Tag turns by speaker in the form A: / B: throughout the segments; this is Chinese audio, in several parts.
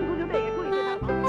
A: 足球队也注意对他防守。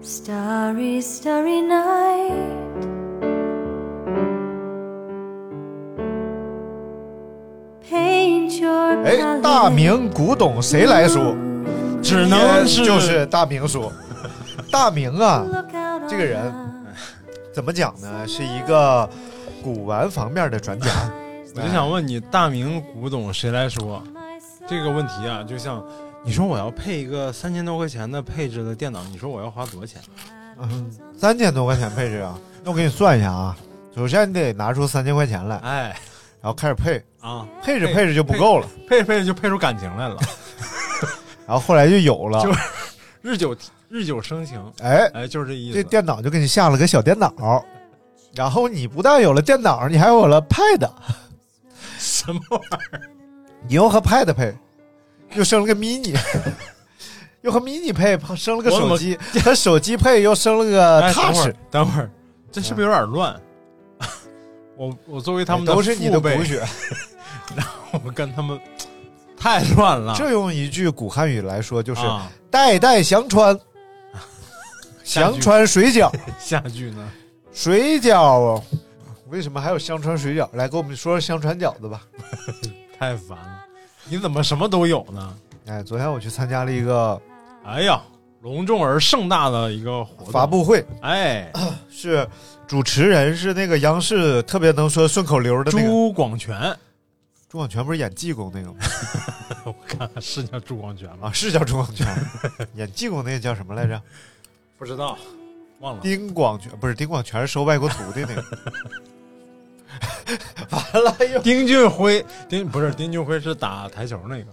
B: Starry, starry night. Paint your
C: 哎，大
B: palette
C: 明古董谁来说？
D: 只能
C: 也就是大明说。 大明啊，
B: Look out
C: 这个
B: on
C: 人
B: us.
C: 怎么讲呢？是一个古玩方面的专 家。
D: 我就想问你，大明古董谁来说这个问题啊？就像你说我要配一个三千多块钱的配置的电脑，你说我要花多少钱？
C: 三千多块钱配置啊，那我给你算一下啊。首先你得拿出三千块钱来，
D: 哎，
C: 然后开始配，
D: 啊，
C: 配置
D: 配
C: 配置就不够了。
D: 配着配着就配出感情来了，
C: 然后后来就有了，
D: 就日久日久生情，
C: 哎，
D: 哎，就是这意
C: 这
D: 思。
C: 电脑就给你下了个小电脑。然后你不但有了电脑，你还有了 Pad，
D: 什么玩意儿？
C: 你又和 Pad 配，又生了个 mini，又和 mini 配，生了个手机，和手机配又生了个
D: 哎，等会
C: Touch，
D: 儿，等会儿，这是不是有点乱？我我作为他们的
C: 哎都是你的
D: 父辈啊
C: 骨血。
D: 我跟他们太乱了。
C: 这用一句古汉语来说，就是
D: 啊
C: 代代相传，
D: 下
C: 相
D: 句
C: 传水饺，
D: 下句呢？
C: 水饺。为什么还有相传水饺？来，给我们说说相传饺子吧。
D: 太烦了，你怎么什么都有呢？
C: 哎，昨天我去参加了一个
D: 哎呀，隆重而盛大的一个活动
C: 发，呃布会，
D: 哎，
C: 是主持人是那个央视特别能说顺口溜的那个
D: 朱广权，
C: 朱广权，不是演济公那个吗？
D: 我看看是叫朱广权吗？
C: 啊，是叫朱 广权，演济公那个叫什么来着？
D: 不知道，忘了。
C: 丁广权不是丁广权是收外国徒弟那个。完了又
D: 丁俊晖，丁不是丁俊晖是打台球那个，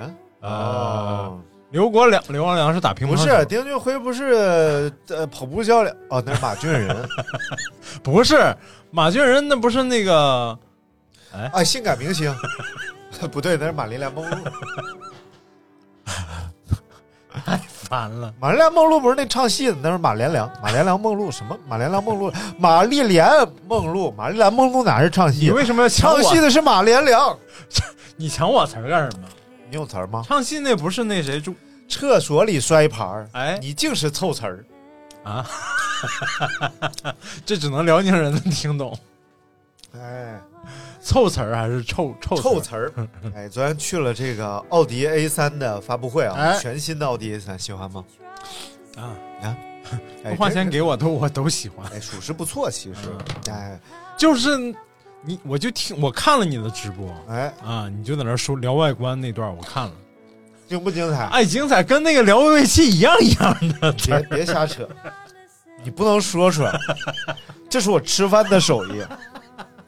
C: 嗯
D: 啊，刘国梁，刘国梁是打乒乓
C: 哦不
D: 球，
C: 是丁俊晖，不是呃跑步教练哦，那是马俊仁
D: 不是马俊仁，那不是那个
C: 啊，性感明星， 不对，那是玛丽莲梦露。
D: 烦了，
C: 玛丽莲梦露不是那唱戏的，那是马连良，马连良梦露什么？马连良梦露，玛丽莲梦露，玛丽莲梦露哪是唱
D: 你
C: 戏？
D: 为什么要抢
C: 唱
D: 我？
C: 戏的是马连良，
D: 你抢我词儿干什么？
C: 你有词儿吗？
D: 唱戏那不是那谁朱
C: 厕所里摔盘儿，
D: 哎
C: 你净是凑词儿。
D: 啊？这只能辽宁人能听懂，
C: 哎，
D: 凑词儿还是臭臭
C: 凑
D: 词
C: 词儿！ 哎，昨天去了这个奥迪 A 3的发布会啊，
D: 哎
C: 全新的奥迪 A 3喜欢吗？
D: 儿啊？
C: 哎，
D: 不花
C: 真
D: 钱
C: 是
D: 给我嗯都我都喜欢，
C: 哎，属实不错，其实，哎
D: 就是你我就听我看了你的直播
C: 哎，
D: 啊，你就在那儿说聊外观那段我看了，
C: 精不精彩？
D: 哎，精彩跟那个聊慰味器一样一样的 词
C: 别
D: 儿，
C: 别瞎扯，你不能说 出来，这是我吃饭的手艺，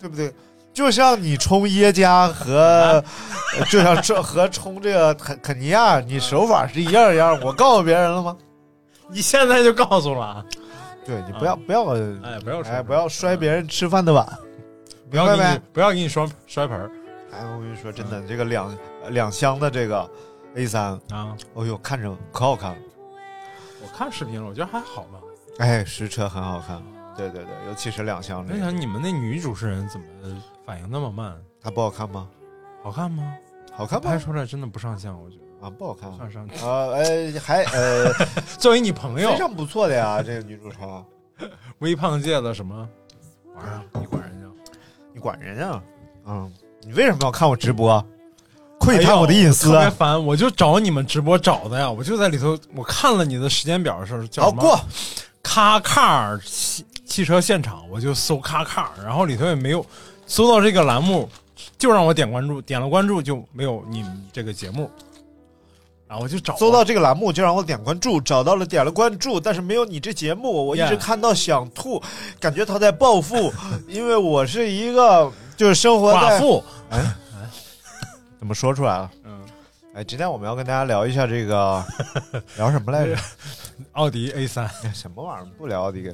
C: 对不对？就像你冲耶加和，
D: 啊
C: 呃就像这和冲这个肯肯尼亚，你手法是一样一样。我告诉别人了吗？
D: 你现在就告诉了啊，
C: 对你不要不要，
D: 哎，不要说
C: 哎，不要摔别人吃饭的碗，
D: 不要
C: 明
D: 给
C: 白
D: 你不要给你摔摔盆儿
C: 哎，我跟你说，真的，这个两两箱的这个 A 3
D: 啊！
C: 哦呦，看着可好看了。
D: 我看视频了，我觉得还好吧。
C: 哎，实车很好看，对对对，尤其是两厢这
D: 我
C: 个，
D: 想你们那女主持人怎么反应那么慢？
C: 它不好看吗？
D: 好看吗？
C: 好看
D: 拍
C: 吗？
D: 出来真的不上相，我觉得
C: 啊，不好看
D: 不
C: 啊
D: 上。相。
C: 呃，哎，还 呃，
D: 作为你朋友
C: 非，常不错的呀，这个女主持人，
D: 微胖界的什么玩意儿？你管人家？
C: 你管人家？嗯，你为什么要看我直播？啊窥
D: 哎
C: 探
D: 呦
C: 我的隐私啊
D: 特？别烦，我就找你们直播找的呀，我就在里头，我看了你的时间表的时候，叫
C: 好
D: 什么
C: 过，
D: 卡卡尔汽汽车现场，我就搜卡卡尔，然后里头也没有搜到这个栏目，就让我点关注，点了关注就没有你们这个节目。啊，我就找啊
C: 搜到这个栏目就让我点关注，找到了点了关注，但是没有你这节目，我一
D: Yeah
C: 直看到想吐，感觉他在暴富， 因为我是一个就是生活
D: 寡
C: 在
D: 妇，
C: 怎么说出来了？
D: 嗯，
C: 哎，今天我们要跟大家聊一下这 个聊什么来着？哎
D: 奥迪 A 三，
C: 什么玩意儿不聊的一个？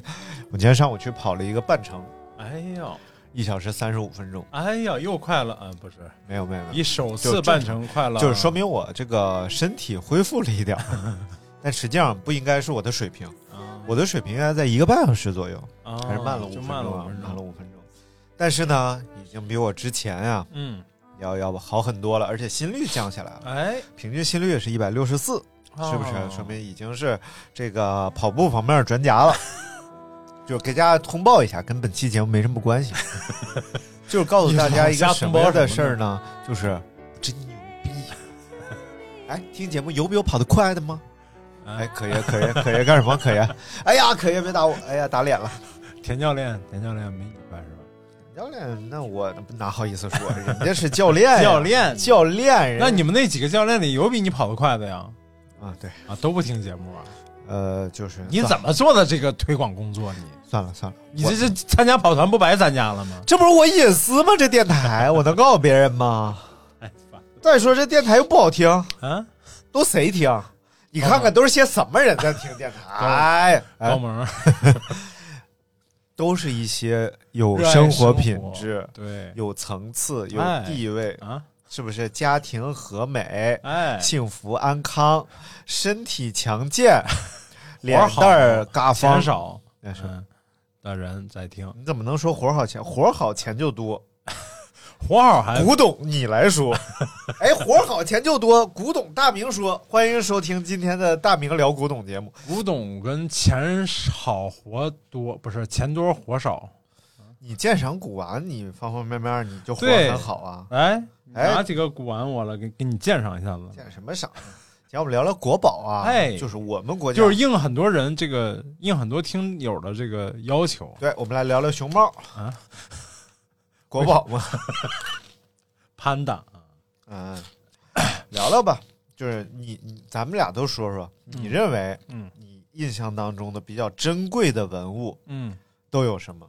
C: 我今天上午去跑了一个半程，
D: 哎呦，
C: 一小时三十五分钟，
D: 哎呦，又快了
C: 嗯
D: 啊，不是，
C: 没有没有没有，
D: 以首次半程快了，啊
C: 就是说明我这个身体恢复了一点 儿，但实际上不应该是我的水平，
D: 啊
C: 我的水平应该在一个半小时左右，
D: 啊
C: 还是慢了五
D: 就
C: 分钟
D: 慢了
C: 啊，
D: 五分
C: 慢了
D: 钟，
C: 五分钟。但是呢，已经比我之前啊
D: 嗯，
C: 要要好很多了，而且心率降下来了，
D: 哎，
C: 平均心率也是一百六十四，是不是
D: 哦？
C: 说明已经是这个跑步方面专家了。 就给大家通报一下，跟本期节目没什么关系， 就是告诉大家一个什么样的事儿呢？就是真牛逼！啊 哎，听节目有没有跑得快的吗？哎，
D: 哎，
C: 可爷，可爷，可爷干什么？可爷，哎呀，可爷别打我！哎呀，打脸了。
D: 田教练，田教练没你快是吧？
C: 教练，那我哪好意思说？人家是教练呀，
D: 教练
C: 教练人。
D: 那你们那几个教练里有比你跑得快的呀？
C: 啊，对，
D: 啊，都不听节目啊？
C: 呃，就是
D: 你怎么做的这个推广工作？你
C: 算了算了？
D: 你
C: 我
D: 这是参加跑团不白参加了吗？
C: 这不是我隐私吗？这电台我能告诉别人吗？
D: 哎，烦
C: 再说这电台又不好听，
D: 啊，哦
C: 都谁听？你看看都是些什么人在听 电台？哎
D: 高萌，
C: 都是一些有生活品质、
D: 对
C: 有层次、有
D: 哎
C: 地位，
D: 啊，
C: 是不是？家庭和美、
D: 哎，
C: 幸福安康、身体强健、脸
D: 活好
C: 蛋儿嘎方
D: 钱。少
C: 那是
D: 嗯的人在听，
C: 你怎么能说活儿好钱？活儿好钱就多，
D: 活好还
C: 古董你来 说，哎，活儿好钱就多。古董大明说，欢迎收听今天的大明聊古董节目。
D: 古董跟钱少活多，不是钱多活少。
C: 你鉴赏古玩，你方方面面你就活
D: 对
C: 得很好啊。
D: 哎，
C: 哎
D: 拿几个古玩我了，给给你鉴赏一下子。
C: 鉴什么赏？要不聊聊国宝啊？
D: 哎
C: 就是我们国家，
D: 就是应很多人这个应很多听友的这个要求，
C: 对，我们来聊聊熊猫
D: 啊，
C: 国宝嘛，
D: 潘达
C: 嗯，聊聊吧。就是你，你咱们俩都说说，你认为，
D: 嗯
C: 你印象当中的比较珍贵的文物
D: 嗯，
C: 都有什么？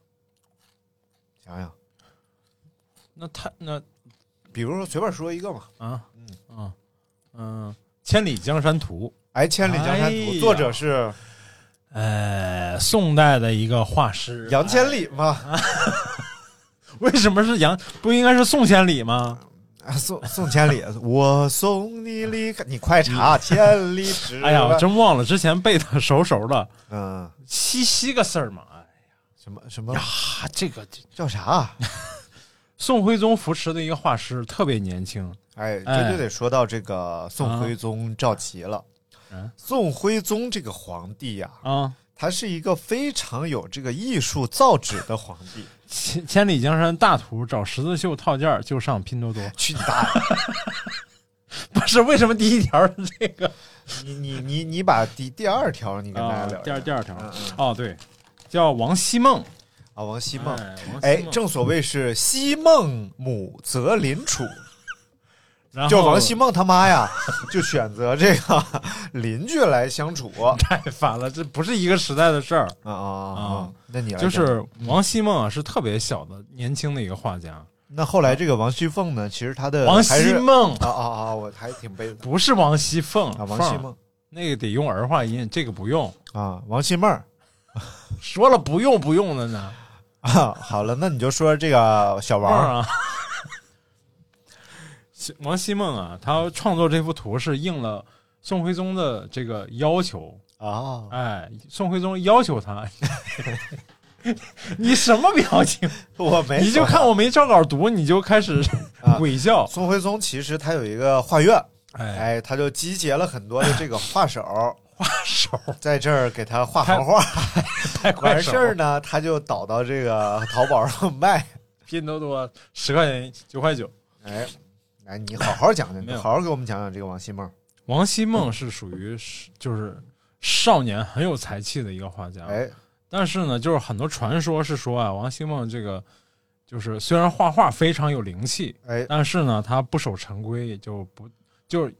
C: 想想，
D: 那他那
C: 比如说随便说一个嘛，
D: 啊，嗯嗯，《千里江山图
C: 哎，《千里江山图》
D: 哎呀
C: 作者是》
D: 呃，宋代的一个画师
C: 杨千里嘛？
D: 为什么是杨？不应该是宋千里吗？
C: 啊宋宋千里，我送你离开，你快查千里之
D: 哎呀，我
C: 外
D: 真忘了之前背的熟熟的，
C: 嗯，
D: 七夕个事儿嘛。哎
C: 什么什么
D: 呀，这个这
C: 叫啥？
D: 宋徽宗扶持的一个画师，特别年轻。
C: 哎，这
D: 哎啊
C: 就得说到这个宋徽宗赵佶了
D: 嗯。
C: 宋徽宗这个皇帝呀、
D: 啊，
C: 他是一个非常有这个艺术造诣的皇 帝。
D: 千千里江山大图找十字绣套件儿就上拼多多，
C: 去你大爷！
D: 不是为什么第一条是这个？
C: 你你你你把第第二条你跟大家
D: 啊
C: 聊，一
D: 第
C: 下
D: 二第二条
C: 嗯嗯，
D: 哦对，叫王希孟，
C: 啊，王希
D: 希
C: 孟。
D: 哎
C: 哎，，正所谓是昔孟母择邻处，
D: 然后
C: 就王希孟他妈呀， 就选择这个邻居来相 处啊
D: 太烦了，这不是一个时代的事儿。
C: 啊啊！那你来
D: 就
C: 讲
D: 是王希孟啊，是特别小的年轻的一个画家。
C: 那后来这个王熙凤呢，其实她的
D: 王
C: 还是
D: 希孟
C: 啊啊啊，我还挺悲的
D: 不是王熙凤
C: 啊，王希
D: 凤
C: 孟
D: 那个得用儿化音，这个不用。
C: 啊，王希孟儿
D: 说了不用不用的呢，
C: 啊。好了，那你就说这个小
D: 凤
C: 王儿
D: 啊。希王希孟啊，他创作这幅图是应了宋徽宗的这个要求，
C: 啊，
D: 哎，宋徽宗要求 他，你什么表情？
C: 我没
D: 你就看我没照稿读，你就开始
C: 啊
D: 鬼笑。
C: 宋徽宗，其实他有一个画院，
D: 哎，
C: 哎，他就集结了很多的这个画 手儿，
D: 手
C: 在这儿给他画行 画。
D: 太快
C: 完
D: 手
C: 事，儿呢，他就倒到这个淘宝上卖。
D: 拼多多十块钱九块九。
C: 哎，哎，你好好讲讲，你
D: 没有
C: 好好给我们讲讲这个王希孟。
D: 王希孟是属于是就是少年很有才气的一个画家，
C: 哎，
D: 但是呢，就是很多传说是说啊，王希孟这个就是虽然画画非常有灵气，
C: 哎
D: 但是呢，他不守陈规，就不就是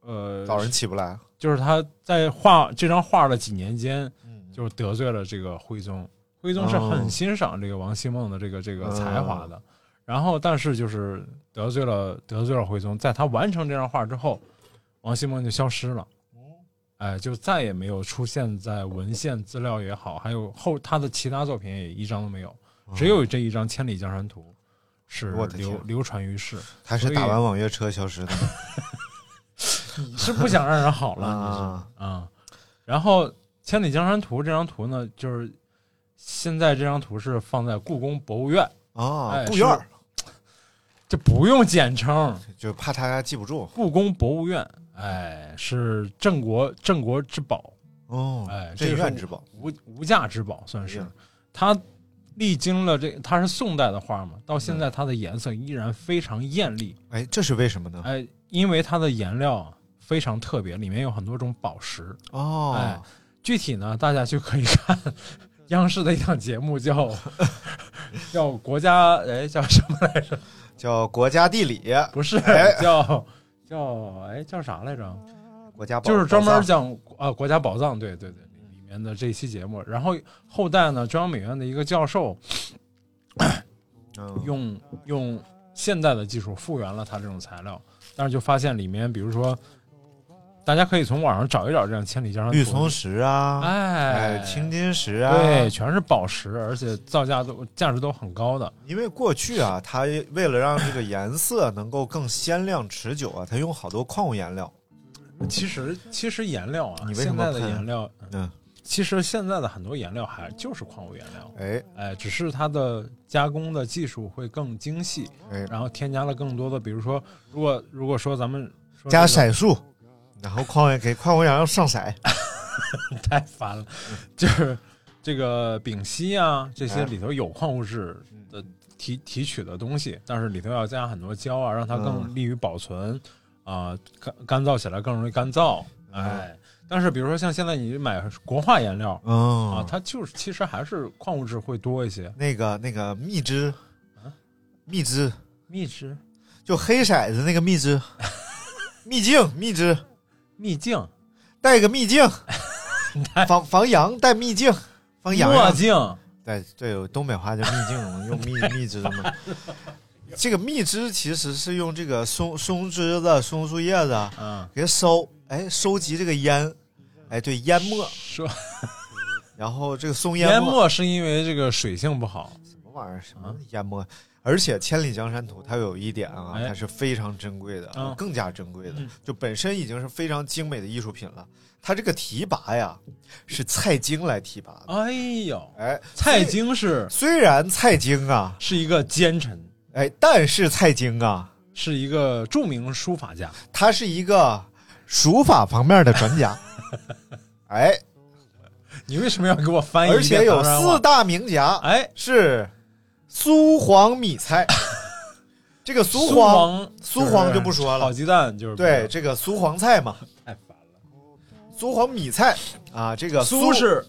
D: 呃，
C: 早晨起不来。
D: 就是他在画这张画的几年间，
C: 嗯
D: 就是得罪了这个徽宗。徽宗是
C: 哦
D: 很欣赏这个王希孟的这个这个才华
C: 嗯
D: 的，然后但是就是得罪了得罪了徽宗，在他完成这张画之后，王希孟就消失了。
C: 哦
D: 哎，就再也没有出现在文献资料也好，还有后他的其他作品也一张都没有，只有这一张《千里江山图》是
C: 哦我的天
D: 流流传于世。
C: 他是打完网约车消失的吗
D: 你是不想让哎人好了？你是
C: 啊，
D: 啊、然后《千里江山图》这张图呢，就是现在这张图是放在故宫博物院，
C: 啊
D: 哎，
C: 顾院儿
D: 这不用简称
C: 就怕大家记不住
D: 故宫博物院，哎，是镇国镇国之宝，
C: 哦
D: 哎，这
C: 镇
D: 是
C: 院之宝，
D: 无无价之宝，算
C: 哎
D: 是
C: 呀
D: 它。历经了这，它是宋代的画嘛，到现在它的颜色依然非常艳丽，
C: 哎，这是为什么呢？
D: 哎，因为它的颜料啊非常特别，里面有很多种宝石，哎
C: 哦，
D: 具体呢，大家就可以看央视的一档节目叫， 叫国家哎叫什么来着？
C: 叫国家地理，
D: 不是、
C: 哎
D: 叫叫哎叫啥来着？
C: 国家宝
D: 就是专
C: 宝
D: 门
C: 藏
D: 讲啊、国家宝藏，对对对，里面的这一期节目。然后后代呢，中央美院的一个教授
C: 嗯
D: 用用现代的技术复原了它这种材料，但是就发现里面，比如说，大家可以从网上找一找这样千里江山
C: 绿
D: 图
C: 松石啊，
D: 哎
C: 哎，青金石啊，
D: 对，全是宝石，而且造价都价值都很高的。
C: 因为过去啊，它为了让这个颜色能够更鲜亮持久啊，它用好多矿物颜料。
D: 其实其实颜料啊，
C: 你为什
D: 现
C: 么
D: 在
C: 喷
D: 的颜料，
C: 嗯，
D: 其实现在的很多颜料还就是矿物颜料，
C: 哎
D: 哎，只是它的加工的技术会更精细，
C: 哎，
D: 然后添加了更多的，比如说，如果如果说咱们说
C: 加
D: 这个
C: 色素，然后矿物给矿物颜料上色。
D: 太烦了，就是这个丙烯啊，这些
C: 哎嗯
D: 里头有矿物质的提提取的东西，但是里头要加很多胶啊，让它更
C: 嗯
D: 利于保存啊、干干燥起来更容易干燥。哎，但是比如说像现在你买国画颜料
C: 嗯
D: 啊，它就是其实还是矿物质会多一些。
C: 那个那个蜜汁，蜜汁
D: 蜜汁、
C: 就黑色子那个蜜 汁，秘境蜜汁，
D: 秘境、
C: 戴个秘 镜，防防羊戴秘镜，防羊
D: 墨
C: 羊
D: 镜，
C: 对对，有东北话叫秘境，用蜜 蜜汁嘛。这个蜜汁其实是用这个松松枝子、松树叶子
D: 嗯，
C: 给它烧，哎，收集这个烟，哎，对，烟末，
D: 说
C: 然后这个松烟
D: 研
C: 末，
D: 墨是因为这个水性不好，
C: 什么玩意儿，什么
D: 啊
C: 烟末？而且《千里江山图》它有一点啊，
D: 哎
C: 它是非常珍贵的，
D: 嗯
C: 更加珍贵的，就本身已经是非常精美的艺术品了。它这个提拔呀，是蔡京来提拔的，
D: 哎呦，
C: 哎，
D: 蔡
C: 虽
D: 京是
C: 虽然蔡京啊，
D: 是一个奸臣。
C: 哎，但是蔡京啊，
D: 是一个著名书法家，
C: 他是一个书法方面的专 家，哎，
D: 你为什么要给我翻译一
C: 而
D: 遍
C: 且有
D: 唐山话
C: 四大名家，
D: 哎，
C: 是苏黄米 蔡。这个苏黄，
D: 黄
C: 苏黄就不说了
D: 炒鸡蛋就是
C: 对，这个苏黄菜 嘛，
D: 太烦了。
C: 苏黄米菜啊，这个
D: 苏是啊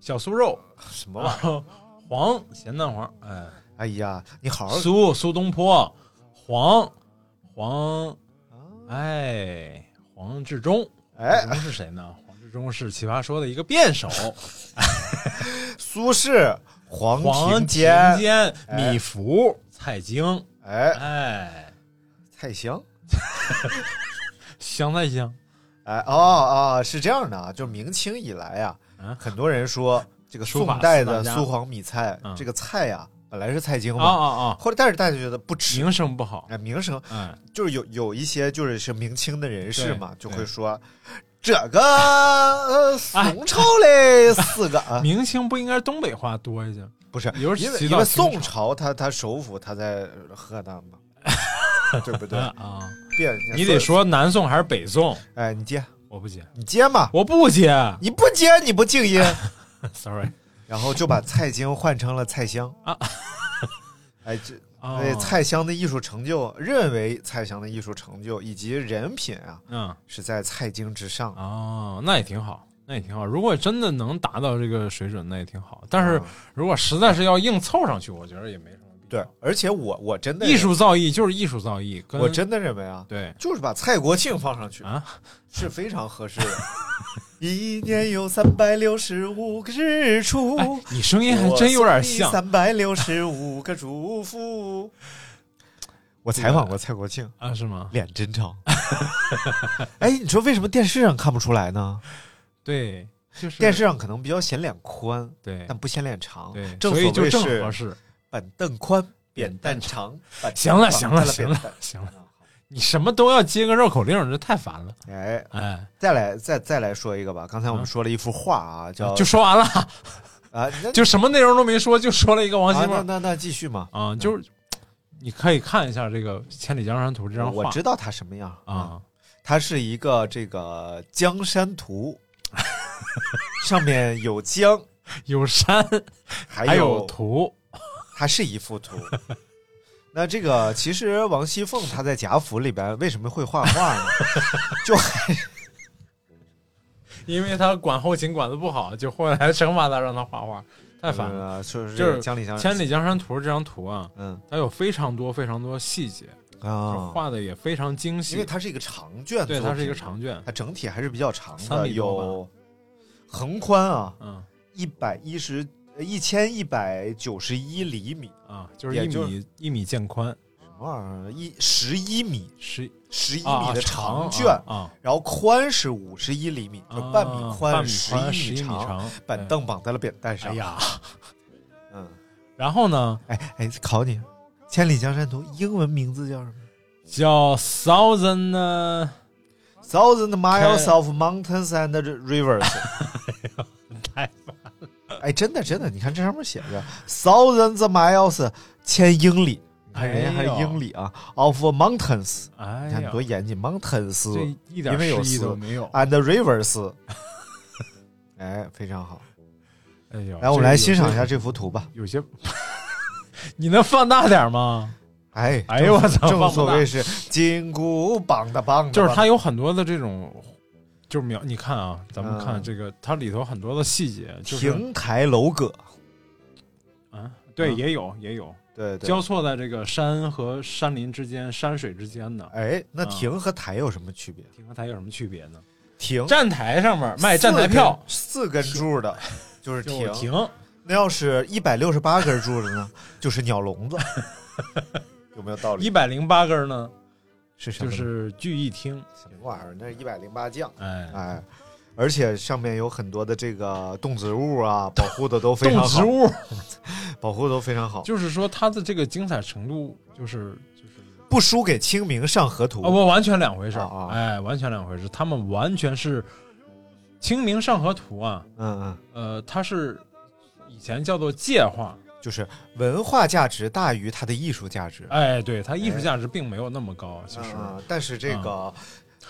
D: 小酥肉，
C: 什么玩意
D: 然
C: 儿？
D: 后黄咸蛋黄，哎，
C: 哎呀，你好好
D: 苏苏东坡，黄黄，哎，黄志忠，
C: 哎
D: 黄志忠是谁呢？黄志忠是《奇葩说》的一个辩手，
C: 苏轼、黄
D: 黄庭
C: 坚，
D: 坚、
C: 哎
D: 米芾、蔡京，
C: 哎，
D: 哎，
C: 蔡襄，
D: 香菜香，
C: 哎哦哦，是这样的啊，就明清以来啊，
D: 嗯
C: 很多人说这个
D: 书
C: 宋
D: 法
C: 代
D: 四
C: 的
D: 大家
C: 苏黄米菜
D: 嗯
C: 这个菜呀，本来是蔡京
D: 啊
C: 嘛，
D: 啊啊，
C: 后来但是大家觉得不吃，
D: 名声不好，
C: 哎，名声
D: 哎，
C: 就是有有一些就是是明清的人士嘛，
D: 对
C: 就会说这个呃宋朝嘞四 个啊，
D: 哎明星不应该东北话多一些？
C: 不是，
D: 尤其
C: 因为
D: 提
C: 因
D: 到
C: 为
D: 清朝
C: 宋朝他他首府他在河南 嘛，对不对？
D: 啊，
C: 变
D: 你得，
C: 所
D: 说南宋还是北宋？
C: 以哎，你接
D: 我不接，
C: 你接嘛，
D: 我不接。
C: 你不接你不静音，
D: Sorry
C: 然后就把蔡京换成了蔡襄
D: 啊，
C: 哎这。
D: 哦
C: 对蔡襄的艺术成就，认为蔡襄的艺术成就以及人品啊，
D: 嗯，
C: 是在蔡京之上。
D: 哦，那也挺好，那也挺好。如果真
C: 啊
D: 的能达到这个水准，那也挺好。但是如果实在是要硬凑上去，我觉得也没什么必
C: 对，而且我我真的
D: 艺，术造诣就是艺术造诣，跟
C: 我真的认为啊，
D: 对
C: 就是把蔡国庆放上去
D: 啊，
C: 是非常合适的。 一年有三百六十五个日出，
D: 哎，你声音还真有点像。
C: 三百六十五个祝 福。我采访过蔡国庆，
D: 啊，是吗？
C: 脸真长。 哎，你说为什么电视上看不出来呢？
D: 对，就是
C: 电视上可能比较显脸宽，
D: 对
C: 但不显脸长。
D: 对，
C: 正
D: 所以
C: 所
D: 就
C: 谓
D: 正
C: 是
D: 合适。
C: 板凳宽，扁担长。板凳
D: 行
C: 绑
D: 了行
C: 在
D: 了
C: 了，
D: 行
C: 扁
D: 了
C: 担
D: 行了，你什么都要接个绕口令，这太烦了。
C: 哎，
D: 哎，
C: 再来再再来说一个吧。刚才我们
D: 嗯
C: 说了一幅画啊，叫
D: 就说完了，
C: 啊，那
D: 就什么内容都没说，就说了一个
C: 啊
D: 王希
C: 那
D: 孟
C: 那那继续嘛。
D: 啊，就是你可以看一下这个《千里江山图》这张画
C: 我知道它什么样啊，
D: 啊，
C: 它是一个这个江山 图，上面有江，
D: 有山
C: 还
D: 还
C: 有
D: 有图，
C: 它是一幅图。 那这个其实王熙凤她在贾府里边为什么会画画呢？就还
D: 因为他管后勤管的不好，就后来惩罚他，让他画画， 太烦了。
C: 了，就是
D: 就是
C: 江里江
D: 《千里江山图》这张图啊，
C: 嗯
D: 它有非常多非常多细节，
C: 啊，
D: 画的也非常精细。
C: 因为它是一个长卷，
D: 对，它是一个，长卷，
C: 它整体还是比较长
D: 三
C: 的，
D: 米多吧
C: 有横宽啊
D: 嗯
C: 一百一十一千一百九十一厘米，
D: 啊，就是
C: 也
D: 一
C: 就
D: 米一米见宽，
C: 什么玩意儿？一十一米，
D: 十一
C: 十一
D: 啊
C: 米的
D: 长
C: 卷，
D: 啊，
C: 然后宽是五十一厘米，就
D: 啊
C: 半米
D: 半
C: 宽，
D: 米
C: 十
D: 宽，
C: 一
D: 十一米
C: 长，
D: 长，
C: 板凳绑在了扁担
D: 哎。
C: 上。
D: 哎， 呀，
C: 嗯。
D: 然后呢，
C: 哎哎，考你，《千里江山图》英文名字叫什么
D: 叫 thousand 呃呢，
C: ？Thousand miles of mountains and rivers。
D: 太
C: 哎，真的真的，你看这上面写着 thousands miles 千英里，你看人家还
D: 哎
C: 是
D: 呦
C: 英里啊，of mountains，
D: 哎
C: 你看
D: 呀
C: 多，严谨
D: 这
C: ，mountains
D: 一点
C: 因为有
D: 诗意
C: 丝
D: 都没有。
C: and rivers。哎，非常好。
D: 哎呦，
C: 来，我们来欣赏一
D: 这
C: 下这幅图吧。
D: 有些，有 些你能放大点 吗？
C: 哎，
D: 哎呦我操，
C: 正
D: 放
C: 所
D: 不大
C: 谓是金箍棒的棒的棒，
D: 就是它有很多的这种，就是描，你看啊，咱们
C: 嗯
D: 看这个，它里头很多的细节，就是
C: 亭台楼阁。
D: 啊，对，
C: 嗯
D: 也有也有
C: 对对。
D: 交错在这个山和山林之间、山水之间的。
C: 哎，那
D: 嗯
C: 亭和台有什么区别？
D: 亭和台有什么区别呢？
C: 亭
D: 站台上面卖站台票，
C: 四根四根柱 的，就是
D: 就
C: 亭。
D: 停，
C: 那要是一百六十八根柱的呢， 就是鸟笼子， 有没有道
D: 一
C: 理？
D: 百零八根呢，
C: 是什么
D: 就
C: 呢？
D: 是聚义厅。
C: 什么玩意儿？那是一百零八将。
D: 哎，
C: 哎，而且上面有很多的这个动植物 啊，保护的都非常
D: 动
C: 好
D: 植，物，
C: 保护都非常好，
D: 就是说它的这个精彩程度，就是就是
C: 不输给《清明上河图
D: 啊，》我完全两回事儿
C: 啊啊，
D: 哎，完全两回事儿，他们完全是《清明上河图》啊，
C: 嗯
D: 呃，它是以前叫做界画，
C: 嗯，就是文化价值大于它的艺术价值。
D: 哎，对，它艺术价值并没有那么高，啊其实，
C: 嗯，但是这个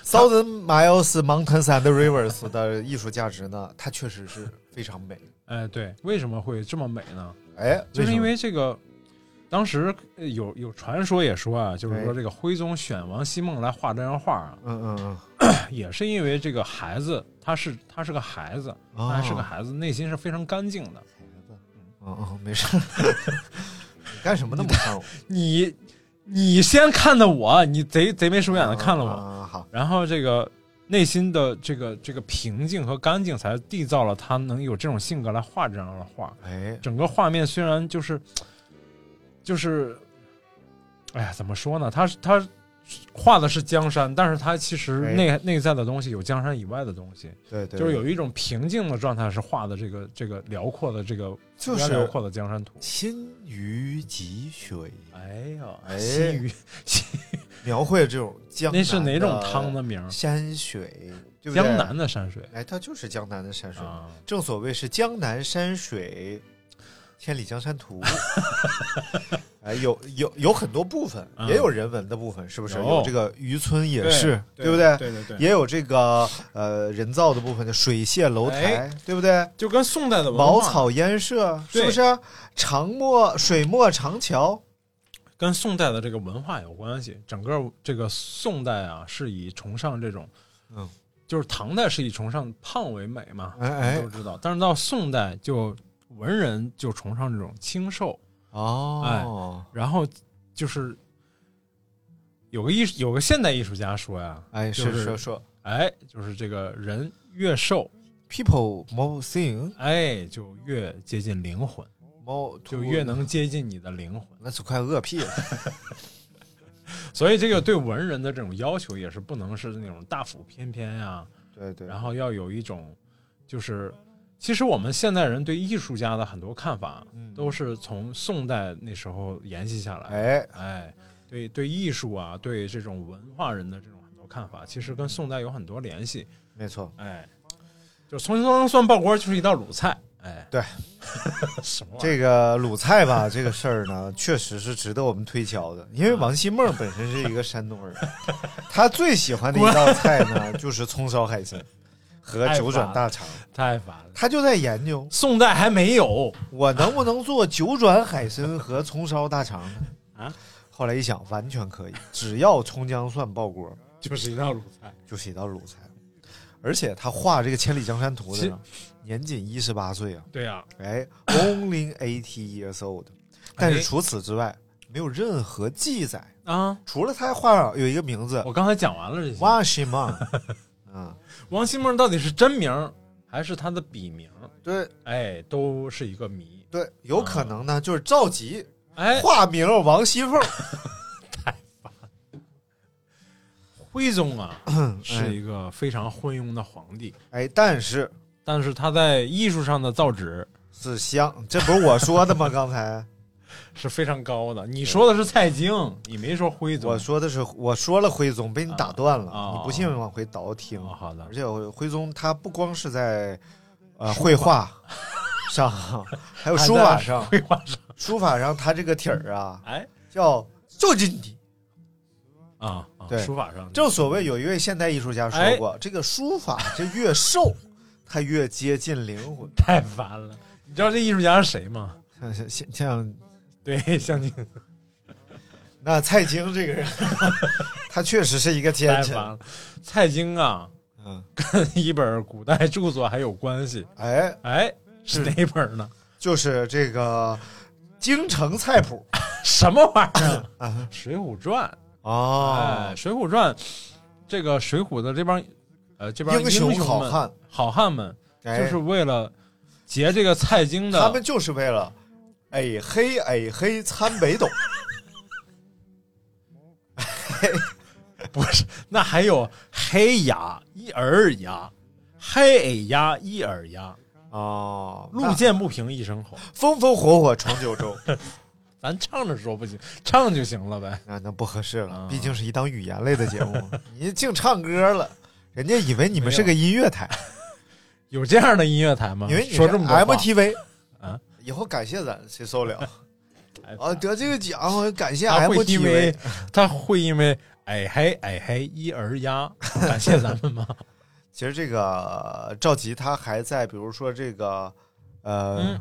C: Thousand Miles Mountains and Rivers 的艺术价值呢，它确实是非常美。
D: 哎，对，为什么会这么美呢？
C: 哎，
D: 就是
C: 什么
D: 因为这个，当时呃有有传说也说啊，就是说
C: 哎
D: 这个徽宗选王希孟来画这张画啊，
C: 嗯嗯嗯，
D: 也是因为这个孩子，他是他是个孩子，他还是个
C: 哦
D: 孩子，内心是非常干净的。
C: 嗯嗯，没事儿。 你干什么那么看我？
D: 你你先看的我，你贼贼眉鼠眼的看了我，
C: 啊，好，
D: 哦然后这个内心的这个这个平静和干净，才缔造了他能有这种性格来画这样的画。
C: 哎，
D: 整个画面虽然就是就是，哎呀，怎么说呢？他他画的是江山，但是他其实
C: 哎
D: 内、内在的东西有江山以外的东西，
C: 对对，
D: 就是有
C: 对
D: 一种平静的状态是画的这个这个辽阔的这个
C: 就
D: 非常辽
C: 是
D: 阔的江山图。
C: 心于急水，
D: 哎呀，
C: 哎
D: 西域，西
C: 描绘这种江
D: 那是哪种
C: 南
D: 汤的名儿？
C: 山水，对不对？
D: 江南，的山水
C: 哎，它就是江南的山水。
D: 啊，
C: 正所谓是江南山水，千里江山 图。哎，有有有很多部分，
D: 嗯
C: 也有人文的部分，是不是？
D: 有
C: 有这个渔村也是，
D: 对
C: 不对？
D: 对对对，
C: 也有这个呃人造的部分的水榭楼台，
D: 哎
C: 对不对？
D: 就跟宋代的文
C: 茅
D: 化，
C: 草烟射，
D: 对
C: 是不是？长墨水墨长桥，
D: 跟宋代的这个文化有关系。整个这个宋代啊，是以崇尚这种，
C: 嗯，
D: 就是唐代是以崇尚胖为美嘛，
C: 哎
D: 我们
C: 哎
D: 都知道。但是到宋代就文人就崇尚这种清瘦，哎
C: 哦，
D: 然后就是有个艺术有个现代艺术家说呀，
C: 哎，
D: 就是是
C: 说说
D: 哎，就是这个人越瘦，
C: ，people more thing
D: 哎，就越接近灵魂，
C: more
D: 就越能接近你的灵魂。
C: 那是快饿屁了。
D: 所以这个对文人的这种要求也是不能是那种大腹翩翩呀、
C: 对对，
D: 然后要有一种就是。其实我们现代人对艺术家的很多看法，
C: 嗯
D: 都是从宋代那时候沿袭下来的。
C: 哎，
D: 哎，对对艺术啊，对这种文化人的这种很多看法，其实跟宋代有很多联系。
C: 没错，
D: 哎，就重新算报国就是一道鲁菜。哎，
C: 对，
D: 什么玩意儿
C: 这个鲁菜吧，这个事儿呢，确实是值得我们推敲的。因为王新梦本身是一个山东人，他最喜欢的一道菜呢，就是葱烧海参和九转大肠。
D: 太烦了。
C: 他就在研究
D: 宋代还没有，
C: 我能不能做九转海参和葱烧大肠呢？
D: 啊，
C: 后来一想，完全可以，只要葱姜蒜爆锅，
D: 就是一道鲁菜。
C: 就是一道鲁菜。而且他画这个《千里江山图》的呢，年仅一十八岁啊，
D: 对呀、
C: 哎，only eighty years old。但
D: 哎
C: 是除此之外，没有任何记载，
D: 啊，
C: 除了他画上有一个名字
D: 我刚才讲完了这些。
C: 哇西 曼，啊，
D: 王新梦到底是真名还是他的笔名？
C: 对
D: 哎，都是一个谜。
C: 对，有可能呢，就是赵佶
D: 啊哎，
C: 化名王熙凤，
D: 徽宗啊，是一个非常昏庸的皇帝，
C: 哎，但是
D: 但是他在艺术上的造诣
C: 是香，这不是我说的吗？刚 才
D: 是非常高的。你说的是蔡京，你没说徽宗。
C: 我说的是我说了徽宗，被你打断了，
D: 啊啊
C: 你不信往回倒听。
D: 哦好的
C: 而且徽宗他不光是在呃绘 画上， 还有书法上，
D: 绘画上，
C: 书法上他这个体儿啊
D: 哎
C: 叫赵金体。
D: 啊，啊
C: 对
D: 书法 上，
C: 正所谓有一位现代艺术家说
D: 哎
C: 过，这个书法这越瘦，它越接近灵魂。
D: 太烦了。你知道这艺术家是谁吗？
C: 像像像像
D: 对，像你
C: 那蔡京这个人， 他确实是一个
D: 太
C: 天
D: 烦
C: 才。
D: 了。蔡京啊，
C: 嗯，
D: 跟一本古代著作还有关系。
C: 哎，
D: 哎，是哪本呢？
C: 就是这个京城菜谱
D: 什么玩意儿啊？《水浒传》哎，
C: 哦
D: 《水浒传》这个水浒的这帮呃这帮
C: 英雄
D: 雄
C: 好
D: 们
C: 汉
D: 好汉们，
C: 哎
D: 就是为了劫这个蔡京的，
C: 他们就是为了哎黑哎黑参北斗，
D: 不是， 那还有黑牙一耳牙，黑矮牙一耳牙，
C: 哦，
D: 路见不平一声吼。
C: 风风火火闯九州，
D: 咱唱着说不行，唱就行了呗。
C: 那那不合适了
D: 啊，
C: 毕竟是一档语言类的节目， 你净唱歌了，人家以为你们是个音乐台，
D: 有这样的音乐台吗？
C: 以为你是
D: 啊说这么多话
C: MTV
D: 啊，
C: 以后感谢咱谁受了
D: 太烦
C: 啊？得这个奖，感谢
D: 他会因为
C: MTV，
D: 他会因为矮黑矮黑一 耳牙感谢咱们吗？
C: 其实这个赵佶他还在，比如说这个呃
D: 嗯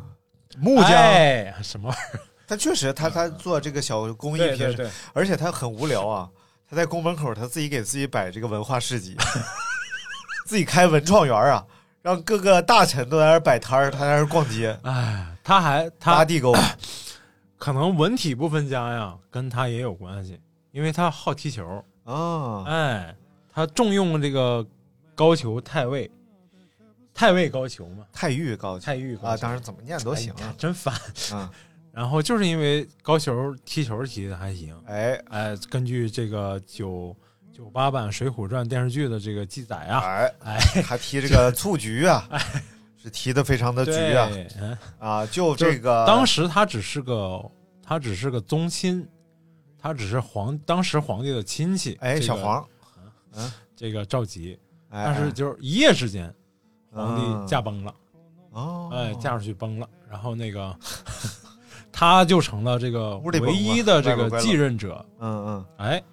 C: 木匠，
D: 哎，什么玩意儿？
C: 他确实他他做这个小工艺
D: 对
C: 品
D: 对，对，
C: 而且他很无聊啊，他在宫门口他自己给自己摆这个文化市集， 自己开文创园啊，让各个大臣都在那儿摆摊儿，他在那儿逛街
D: 哎，他还
C: 拉
D: 他
C: 地 沟。
D: 可能文体不分家呀，跟他也有关系，因为他好踢球。
C: 啊，
D: 哎，他重用这个高俅太尉，太尉高俅嘛，
C: 太玉高级
D: 太尉高
C: 啊，
D: 俅
C: 当然怎么念都行
D: 哎呀
C: 啊。
D: 真烦。
C: 嗯
D: 然后就是因为高俅踢球踢的还行，
C: 哎
D: 哎，根据这个九九八版《水浒传》电视剧的这个记载啊，
C: 哎
D: 哎，
C: 他踢这个蹴鞠 啊，是踢的非常的
D: 对，
C: 局啊
D: 嗯
C: 啊，就这个
D: 当时他只是个他只是个宗亲，他只是皇当时皇帝的亲戚，
C: 哎
D: 这个
C: 小黄，
D: 这个赵佶，
C: 哎
D: 但是就是一夜之间，皇
C: 嗯
D: 帝驾崩了。
C: 哦，
D: 哎，嫁出去崩了，然后那个 他就成了这个
C: 屋里崩
D: 唯
C: 了
D: 一的这
C: 外边
D: 个
C: 崩了
D: 继任者，
C: 嗯嗯
D: 哎，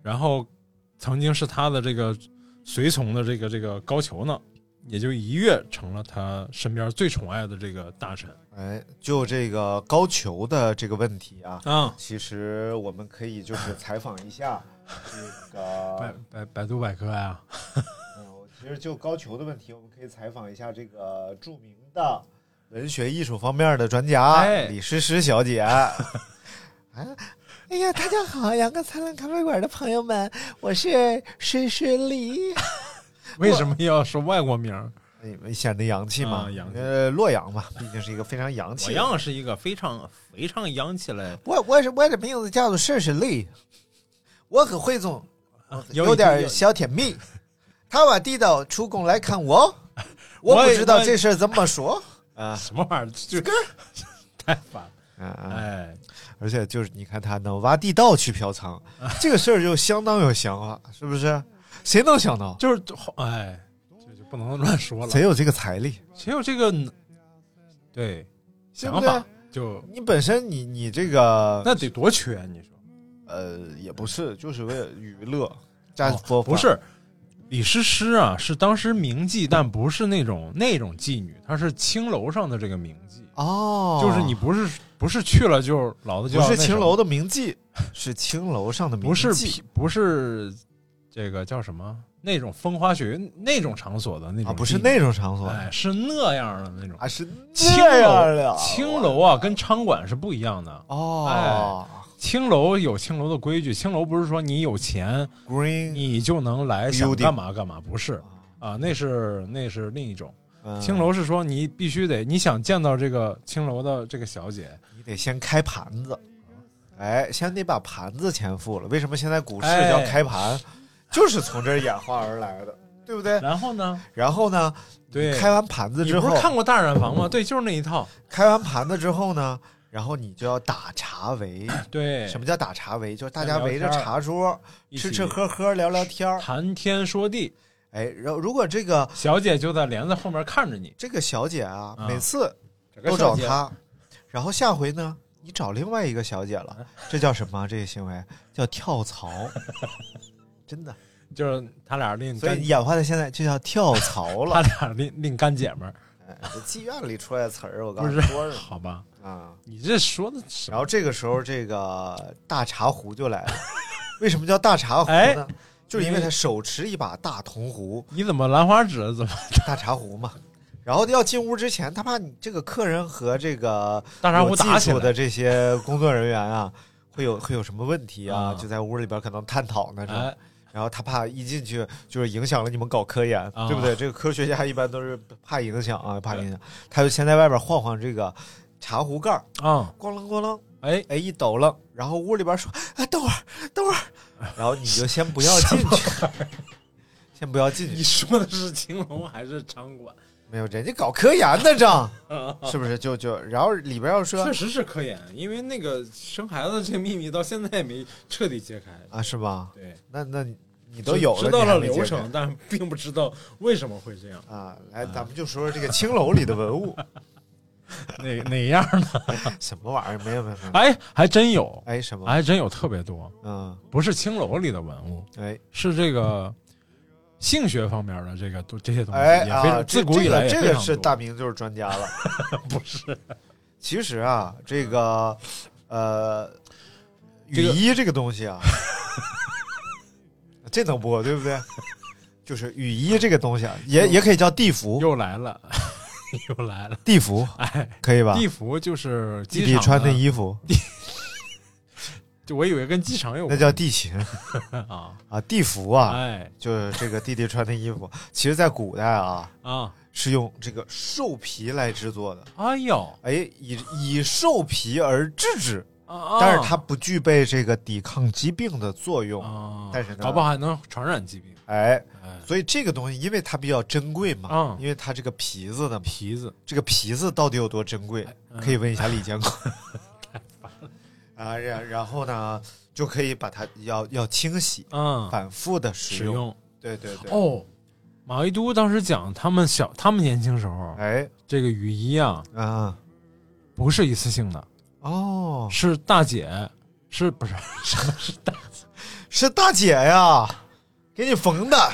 D: 然后曾经是他的这个随从的这个这个高俅呢，也就一跃成了他身边最宠爱的这个大臣
C: 哎，就这个高俅的这个问题啊，
E: 嗯
D: 啊。
C: 其实我们可以 就是采访一下这
D: 百
C: 个，
D: 百百度百科 呀、
C: 嗯，其实就高俅的问题，我们可以采访一下这个著名的文学艺术方面的专家、
D: 哎
C: 李诗诗小姐。 啊，哎呀，大家好，阳光灿烂咖啡馆的朋友们，我是诗诗 李。
D: 为什么要说外国名儿？
C: 哎显得洋气嘛，
D: 啊洋气
C: 呃，洛阳嘛，毕竟是一个非常洋气
E: 我
C: 的。
E: 样是一个非常非常洋气嘞，
C: 我我是我的名字叫做诗诗李，我和汇总
D: 啊
C: 有
D: 有有
C: 点小甜蜜。他把地道出宫来看 我，我不知道这事儿怎么说。啊
D: 什么玩意儿？就太烦了。
C: 啊啊！
D: 哎，
C: 而且就是你看他能挖地道去嫖娼，这个事儿就相当有想法，是不是？谁能想到？
D: 就是哎，就就不能乱说了。
C: 谁有这个财力？
D: 谁有这个能？对，
C: 对不
D: 想
C: 对
D: 法就
C: 你本身你你这个
D: 那得多缺？啊你说
C: 呃也不是，就是为了娱乐加播
D: 哦不是？李师师啊，是当时名妓，但不是那种那种妓女，她是青楼上的这个名妓，
C: 哦，
D: 就是你不是不是去了就老子就
C: 不
D: 要
C: 是
D: 那什
C: 青
D: 么
C: 楼的名妓，是青楼上的名妓，
D: 不是皮不是这个叫什么那种风花雪月那种场所的那种
C: 啊，不是
D: 地方
C: 那种场所，
D: 哎是那样的那种
C: 啊是
D: 青
C: 这样
D: 楼
C: 的
D: 青楼啊跟娼馆是不一样的。
C: 哦
D: 青楼有青楼的规矩，青楼不是说你有钱
C: ，green
D: 你就能来想
C: Building
D: 干嘛干嘛，不是啊，那是那是另一种。
C: 嗯
D: 青楼是说你必须得你想见到这个青楼的这个小姐，
C: 你得先开盘子，哎，先得把盘子钱付了。为什么现在股市
D: 哎
C: 叫开盘，就是从这儿演化而来 的，对不对？
D: 然后呢，
C: 然后呢，
D: 对，
C: 开完盘子
D: 你
C: 之
D: 不
C: 后
D: 是，看过《大染坊》 吗？对，就是那一套。
C: 开完盘子之后呢，然后你就要打茶围。
D: 对，
C: 什么叫打茶围？就是大
D: 先
C: 家
D: 聊
C: 围着
D: 天儿
C: 茶桌
D: 一起
C: 吃吃喝喝聊聊天儿。
D: 谈天说地，
C: 哎，然后如果这个
D: 小姐就在帘子后面看着你，
C: 这个小姐啊，
D: 啊
C: 每次
D: 整个
C: 都找
D: 小姐
C: 她，然后下回呢，你找另外一个小姐了，这叫什么？这个行为叫跳槽， 真的。
D: 就是他俩另
C: 所
D: 干
C: 以，演化到现在就叫跳槽
D: 他
C: 了。
D: 俩另另干姐们儿，
C: 哎这妓院里出来的词儿，我告
D: 不
C: 诉
D: 是
C: 你说 着呢
D: 好吧？
C: 啊。
D: 你这说的什
C: 然
D: 么？
C: 后这个时候，这个大茶壶就 来了。为什么叫大茶壶呢？就是因为他手持一把大铜壶，
D: 你怎么兰花指怎么
C: 大茶壶嘛。然后要进屋之前，他怕你这个客人和这个
D: 大茶壶
C: 有技
D: 打起
C: 术
D: 来
C: 的这些工作人员啊，会有会有什么问题啊？
D: 啊
C: 就在屋里边可能探讨 呢，是吧
D: 哎，
C: 然后他怕一进去就是影响了你们搞科研，
D: 啊
C: 对不对？这个科学家一般都是怕影响啊，怕影响，他就先在外边晃晃这个茶壶盖儿，
D: 啊、
C: 咣啷咣啷，
D: 哎，
C: 哎一抖楞，然后屋里边说，哎等会儿等会儿，然后你就先不要进去，先不要进
D: 你
C: 去，
D: 说的是青龙还是场馆？
C: 没有人家搞科研的 这，是不是？就就然后里边要说
D: 确实嗯是科研，因为那个生孩子这个秘密到现在也没彻底揭开。
C: 啊是吧？
D: 对，
C: 那那你都有了，
D: 知道
C: 你还
D: 了
C: 没
D: 流
C: 见
D: 程，嗯
C: 过
D: 但并不知道为什么会这样。
C: 啊，来咱们就说说这个青楼里的文物，哎
D: 哪哪样呢？
C: 什么玩意儿？没有没有没有，
D: 哎，还真有，
C: 哎什么？
D: 还真有特别多，
C: 嗯
D: 不是青楼里的文物，
C: 哎。
D: 是这个性学方面的这个都这些东西，
C: 哎
D: 也非常、
C: 啊，
D: 自
C: 这
D: 古以来也
C: 这
D: 非
C: 个这
D: 常多
C: 个是大明就是专家了。
D: 不是
C: 其实啊，这个呃，
D: 这
C: 雨
D: 个
C: 衣这个东西啊，这能播对不对？ 就是雨衣这个东西啊，也也可以叫地服，
D: 又来了， 又来了，
C: 地服
D: 哎，
C: 可以吧？
D: 地服就是
C: 地
D: 机
C: 底
D: 场嗯
C: 穿的
D: 的，
C: 衣服，
D: 就我以为跟机场有
C: 那
D: 关
C: 叫地 勤
D: 啊，
C: 啊，地服啊，
D: 哎
C: 就是这个弟弟穿的衣服。其实，在古代啊，
D: 啊，
C: 是用这个兽皮来制作的。
D: 哎呦
C: 哎，以以兽皮而制止，
D: 啊，
C: 但是它不具备这个抵抗疾病的作用。
D: 啊，
C: 但是呢
D: 搞不好还能传染疾病，
C: 哎，
D: 哎，
C: 所以这个东西，因为它比较珍贵嘛，
D: 嗯
C: 因为它这个皮子的嘛，
D: 皮子哎嗯
C: 这个皮子到底有多珍贵，可以问一下李 建国。 啊，然然后呢，就可以把它要要清洗，
D: 嗯，
C: 反复的使
D: 使用
C: 对对对。，
D: 哦。马未都当时讲，他们小，他们年轻时候，
C: 哎，
D: 这个雨衣啊，
C: 啊，
D: 不是一次性的，
C: 哦，
D: 是大姐，是不是？ 是大
C: 是大姐呀，给你缝 的，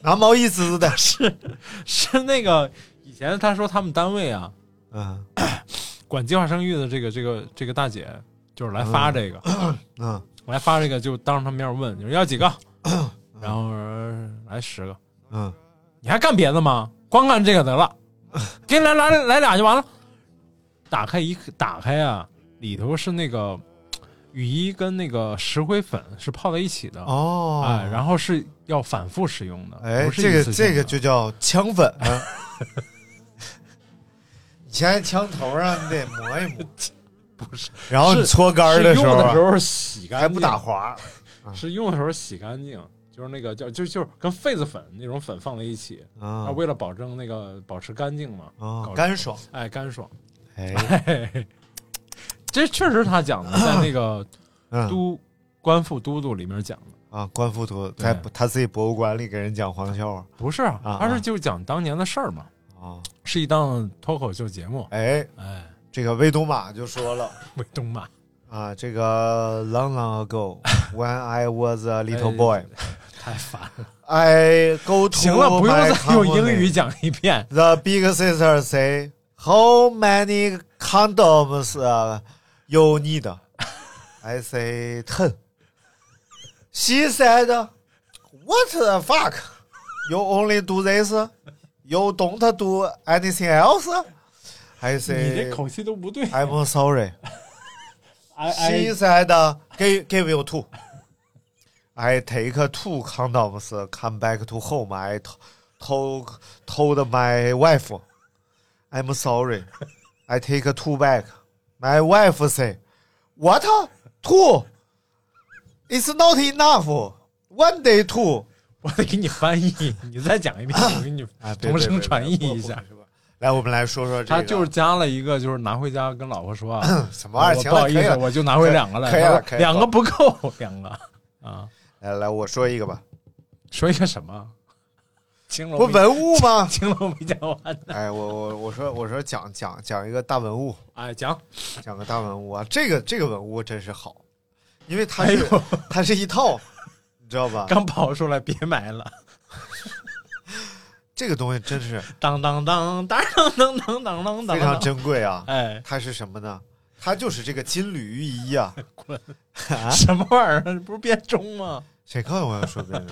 C: 拿毛一撕的。
D: 是是那个以前他说他们单位啊，
C: 嗯
D: 管计划生育的这个这个这个大姐，就是来发这个，
C: 嗯，
D: 来发这个就当着他面问，就是要 几个，然后说来十个，
C: 嗯，
D: 你还干别的吗？光干这个得了，给你来来来俩就完了。打开一打开啊，里头是那个雨衣跟那个石灰粉是泡在一起的，
C: 哦，
D: 哎，然后是要反复使用的，
C: 哎，
D: 不是
C: 这
D: 一
C: 个
D: 次性
C: 这个
D: 的
C: 就叫枪粉。啊 以前枪头上你得磨一磨，
D: 不是，
C: 然后你
D: 是
C: 搓干儿
D: 是
C: 时
D: 用
C: 候
D: 的
C: 啊哎
D: 时候洗干净，
C: 还不打滑，
D: 是用的时候洗干净，就是那个叫就就是跟痱子粉那种粉放在一起，
C: 啊
D: 啊，为了保证那个保持干净嘛，
C: 啊
D: 搞，
C: 干爽。
D: 哎，干爽。
C: 哎，
D: 这确实他讲的，在那个
C: 嗯
D: 都官复都督里面讲的，
C: 啊，官复图在
D: 对
C: 他自己博物馆里给人讲黄笑话
D: 不是啊
C: 啊，
D: 他是就讲当年的事儿嘛，
C: 啊。
D: 是一档脱口秀节目。
C: 哎，
D: 哎，
C: 这个魏东马就说了
D: 卫东嘛，
C: 啊，这个 long long ago when I was a little boy, 哎
D: 太烦了。
C: I go to
D: 哎行了，不用
C: my
D: 再用英
C: company
D: 语讲一遍。
C: The big sister say, "How many condoms uh, you need?" I say ten. She said, "What the fuck? You only do this? You don't do anything else?" I
D: 你这
C: say,
D: 口气都不对。
C: "I'm sorry."
D: 哎
C: She
D: 哎，
C: said, "Give give you two." I take two condoms, come back to home. 哎 I t- told told my wife, "I'm sorry." I take two back. My wife say, "What two? It's not enough. One day two."
D: 我得给你翻译， 你再讲一遍，
C: 啊
D: 我给你
C: 哎
D: 哎同声传译一下。
C: 来，我们来说说这个，
D: 他就是加了一个，就是拿回家跟老婆说啊，
C: 什么
D: 我
C: 玩意儿？行
D: 不
C: 了，
D: 好
C: 可
D: 意
C: 以
D: 思，
C: 了，
D: 我就拿回两个来，
C: 可以了可以了
D: 两个不够，两个 啊，
C: 来哎来，我说一个吧，
D: 说一个什么？青楼
C: 不
D: 没？
C: 文物吗
D: 青楼没讲完，
C: 哎，我我我说我说讲讲讲一个大文物。
D: 哎，讲
C: 讲个大文物啊，这个这个文物真是好，因为它
D: 哎
C: 是、它是一套，你知道吧？
D: 刚刨出来，别埋了，
C: 这个东西真 是
D: 当当当当当当当当当，
C: 非常，珍贵啊！
D: 哎，
C: 它是什么呢？它就是这个金缕玉衣啊！
D: 什么玩意儿？不是变钟吗？
C: 谁告诉我要说这个？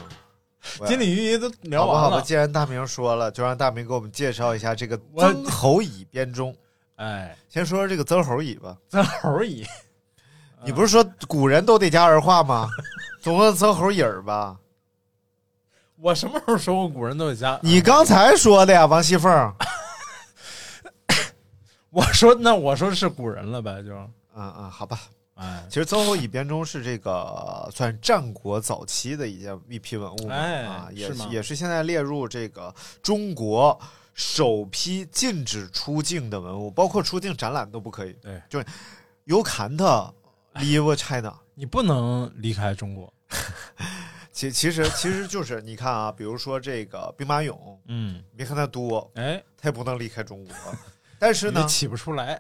C: 我
D: 金鲤鱼都聊
C: 好吧好
D: 完
C: 吧，
D: 了，
C: 既然大明说了，就让大明给我们介绍一下这个
D: 我
C: 曾侯乙编钟。
D: 哎，
C: 先说说这个曾侯乙吧，
D: 咱猴儿椅，嗯
C: 你不是说古人都得加儿化吗？总共曾侯乙儿吧？
D: 我什么时候说过古人都有家？
C: 你刚才说的呀，王熙凤儿。
D: 我说那我说是古人了呗，就
C: 嗯嗯，好吧，
D: 哎
C: 其实曾侯乙编钟是这个呃算是战国早期的一件一批文物嘛，
D: 哎
C: 啊，也
D: 是吗
C: 也是现在列入这个中国首批禁止出境的文物，包括出境展览都不可以。
D: 对，
C: 就是 you can't leave China。
D: 你不能离开中国，
C: 其其实其实就是你看啊，比 如说这个兵马俑，
D: 嗯，
C: 你别看它多，
D: 哎，
C: 它也不能离开中 国。但是
D: 你就
C: 呢，
D: 起不出来，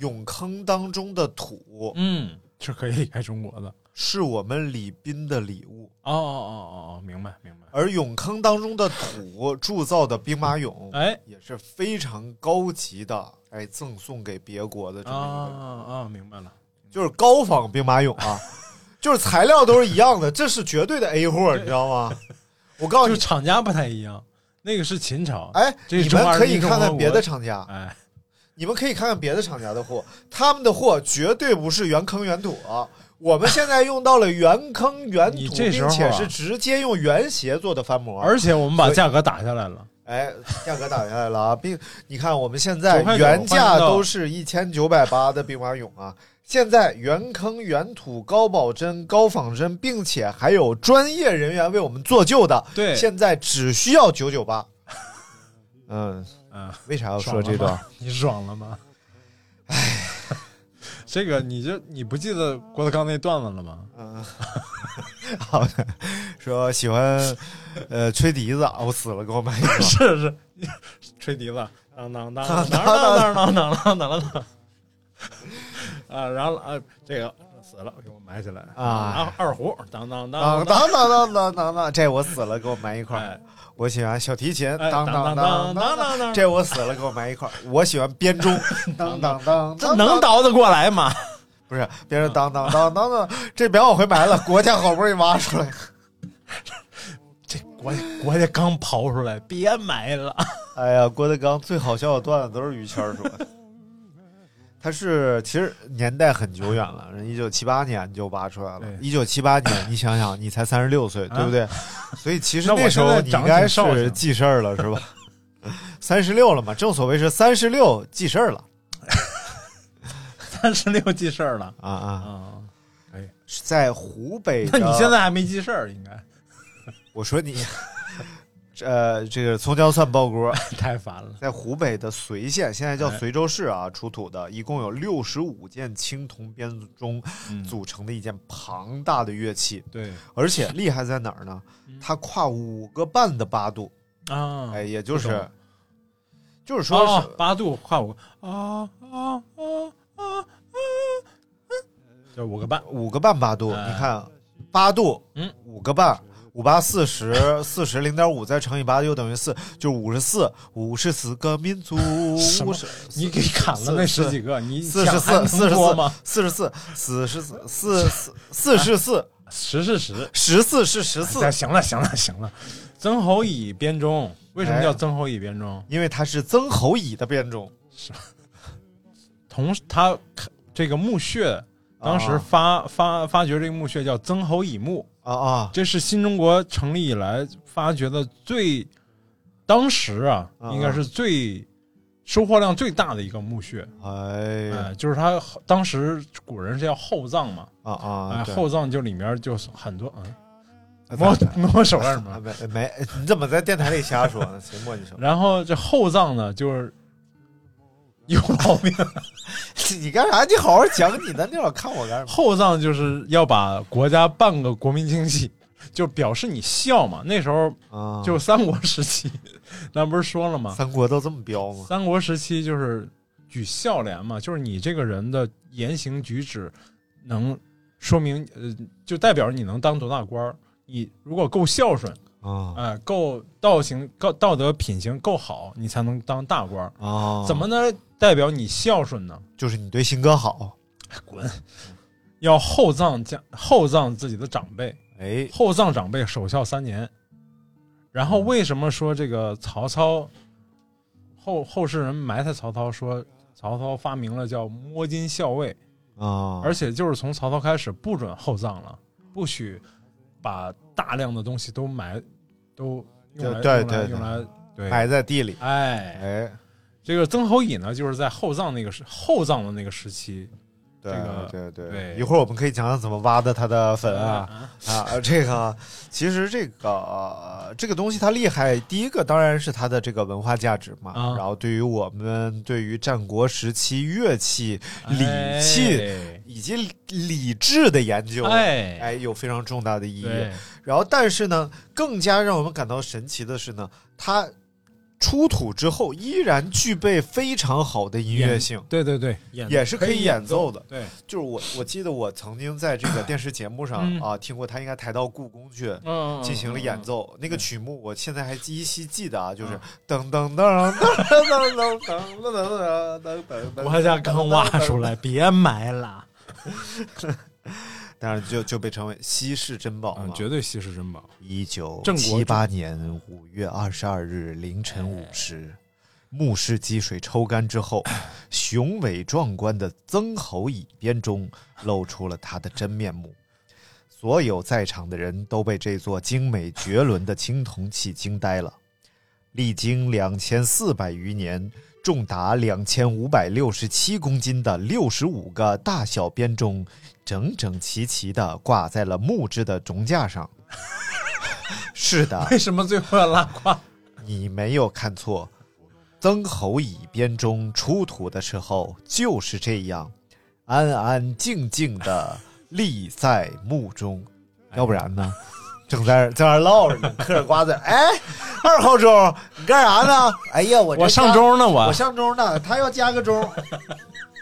C: 俑坑当中的土
D: 嗯，是可以离开中国的。
C: 是我们礼宾的礼物。
D: 哦哦哦哦哦，明白明白。
C: 而俑坑当中的土铸造的兵马俑
D: 哎，
C: 也是非常高级的，哎，赠送给别国的这
D: 啊
C: 么一个，
D: 啊，明白了。
C: 就是高仿兵马俑 啊，就是材料都是一样的，这是绝对的 A 货，你知道吗？我告诉
D: 就
C: 哦你，
D: 厂家不太一样，那个是秦朝。
C: 哎，
D: 这
C: 你
D: 是中华
C: 们可
D: 人
C: 以
D: 民共
C: 看
D: 和国
C: 看别的厂家，
D: 哎，
C: 你们可以看看别的厂家的货，他们的货绝对不是原坑原土啊。我们现在用到了原坑原
D: 你
C: 土，
D: 这时候
C: 并
D: 啊哎
C: 且是直接用原鞋做的翻模，
D: 而且我们把
C: 所以
D: 价格打下来了。
C: 哎，价格打下来了啊！并你看，我们现在
D: 9块九
C: 原价
D: 换到
C: 都是一千九百八的兵马俑啊，现在原坑原土、高保真、高仿真，并且还有专业人员为我们做旧的，
D: 对
C: 现在只需要九九 八。嗯，
D: 嗯，
C: 为啥要说
D: 爽了
C: 这段
D: 吗？ 你爽了吗？哎， 这个你就你不记得郭德纲那段子了吗？
C: 好的？ 说喜欢，呃，吹笛子，我死了，给我买一个。
D: 是是，吹笛子，当当当当当当当当当当当。啊，然后啊，这个死了，给我埋起来
C: 啊
D: 然后二胡，当当
C: 当
D: 当
C: 当当当当当当，这我死了，给我埋一块儿。
D: 哎
C: 我喜欢小提琴，
D: 哎
C: 当
D: 当
C: 当
D: 当
C: 当
D: 当当
C: 这我死了给我埋一块儿。我喜欢编 钟，当当当，
D: 这
C: 当
D: 能
C: 当
D: 倒得过来吗？
C: 不是别人当当当当当，这别往回埋了，国家好不容易挖出来。
D: 这国家国家刚刨出来，别埋了。
C: 哎呀，郭德纲最好笑的段子都是于谦儿说的。它是其实年代很久远了，人一九七八年就挖出来了
D: 对。啊
C: 一九七八年，你想想，你才三十六岁，对不对？所以 其实
D: 那我
C: 时候
D: 就
C: 你
D: 长
C: 应该
D: 挺少
C: 是
D: 的
C: 记事儿了，是吧？ 三十六了嘛，正所谓是三十六记事儿了
E: 三十六记事儿了
C: 啊啊！
E: 啊。
C: 在湖北 的，
E: 那你现在还没记事儿，应该
C: 我说你，呃，这个葱姜蒜爆锅，
E: 太烦了。
C: 在湖北的随县，现在叫
E: 哎
C: 随州市啊，出土的一共有六十五件青铜编钟
E: 嗯
C: 组成的一件庞大的乐器，
D: 对
C: 而且厉害在哪儿呢？
E: 嗯
C: 它跨五个半的八度，
D: 啊，
C: 哎，也就
D: 不
C: 是
D: 懂，
C: 就是说
D: 哦
C: 是，
D: 八度跨五啊啊啊啊啊，就是五个半，
C: 五个半八度，
D: 哎
C: 你看八度，
D: 嗯，
C: 五个半。五八四十， 四十零点五再乘以八又等于四，就是五十四。五十四个民族，
D: 什么
C: 五十
D: 你给砍了那十几个，你
C: 四
D: 想
C: 十
D: 还能
C: 四，四十
D: 播
C: 四
D: 吗？，
C: 四十四，四十四，四四四十四，
D: 十是十，
C: 十四是十四
D: 那，行了行了行了，曾侯乙编钟为
C: 哎
D: 什么叫曾侯乙编钟？
C: 因为它是曾侯乙的编钟。
D: 同时他这个墓穴。当时发发发掘这个墓穴叫曾侯乙墓，
C: 啊啊
D: 这是新中国成立以来发掘的最，当时啊，
C: 啊
D: 应该是最收获量最大的一个墓穴。
C: 哎
D: 哎、就是它当时古人是要厚葬嘛，
C: 啊
D: 哎、
C: 啊！对
D: 厚葬就里面就是很多， 嗯，
C: 哎
D: 摸
C: 咋的
D: 摸我手干什
C: 啊
D: 么？
C: 没没，你怎么在电台里瞎说 呢？谁摸你手？
D: 然后这厚葬呢，就是有毛病。
C: 你干啥？你好好讲你的，你老看我干什么？
D: 厚葬就是要把国家半个国民经济，就表示你孝嘛。那时候
C: 啊，
D: 就三国时期， 咱不是说了吗？
C: 三国都这么彪吗？
D: 三国时期就是举孝廉嘛，就是你这个人的言行举止能说明，呃，就代表你能当多大官儿。你如果够孝顺，
C: 啊
D: 哎、够道行、够道德品行够好，你才能当大官儿。
C: 啊！
D: 呃怎么呢？代表你孝顺呢？哎
C: 就是你对新哥好？
D: 滚！要厚葬家厚葬自己的长辈，
C: 哎，
D: 厚葬长辈守孝三年。然后为什么说这个曹操后后世人埋汰曹操说曹操发明了叫摸金校尉，
C: 啊，
D: 哦而且就是从曹操开始不准厚葬了，不许把大量的东西都埋都用来
C: 对
D: 用来
C: 对
D: 用来对
C: 埋在地里。
D: 哎，
C: 哎，
D: 这个曾侯乙呢，就是在厚葬那个时厚葬的那个时期，
C: 对
D: 这个
C: 对对
D: 对
C: 一会儿我们可以讲讲怎么挖的他的坟啊啊，这个其实这个、呃这个东西它厉害，第一个当然是它的这个文化价值嘛，
D: 啊
C: 然后对于我们对于战国时期乐器、礼器、
D: 哎
C: 以及礼制的研究，
D: 哎
C: 哎，有非常重大的意义。
D: 对，
C: 然后，但是呢，更加让我们感到神奇的是呢，它出土之后依然具备非常好的音乐性。
D: 对对对，演
C: 也是可以演奏的，
D: 对，
C: 就是我我记得我曾经在这个电视节目上
D: 嗯
C: 啊听过，他应该抬到故宫去
D: 嗯
C: 进行了演。奏，那个
D: 对
C: 曲目我现在还依稀记得啊，就是
D: 嗯
C: 噔噔噔噔噔噔噔噔噔噔噔噔，
D: 我家刚挖出
C: 来，
D: 来，别埋了。
C: 但是就就被称为稀世珍宝
D: 嗯
C: 嘛，。
D: 绝对稀世珍宝。
C: 一九
D: 郑
C: 七
D: 国
C: 八年五月二十二日凌晨五时，牧师积水抽干之后，雄伟壮观的曾侯乙编钟露出了它的真面目。所有在场的人都被这座精美绝伦的青铜器惊呆了。历经两千四百余年，重达两千五百六十七公斤的六十五个大小编钟，整整齐齐地挂在了木质的钟架上。 是的，
D: 为什么最后要拉胯？
C: 你没有看错，曾侯乙编钟出土的时候就是这样，安安静静的立在墓中，要不然呢？正在这在那儿唠着呢，嗑着 瓜子儿。哎，二号钟，你干啥呢？哎呀，我这
D: 我上钟呢，我
C: 我上钟呢，他要加个钟，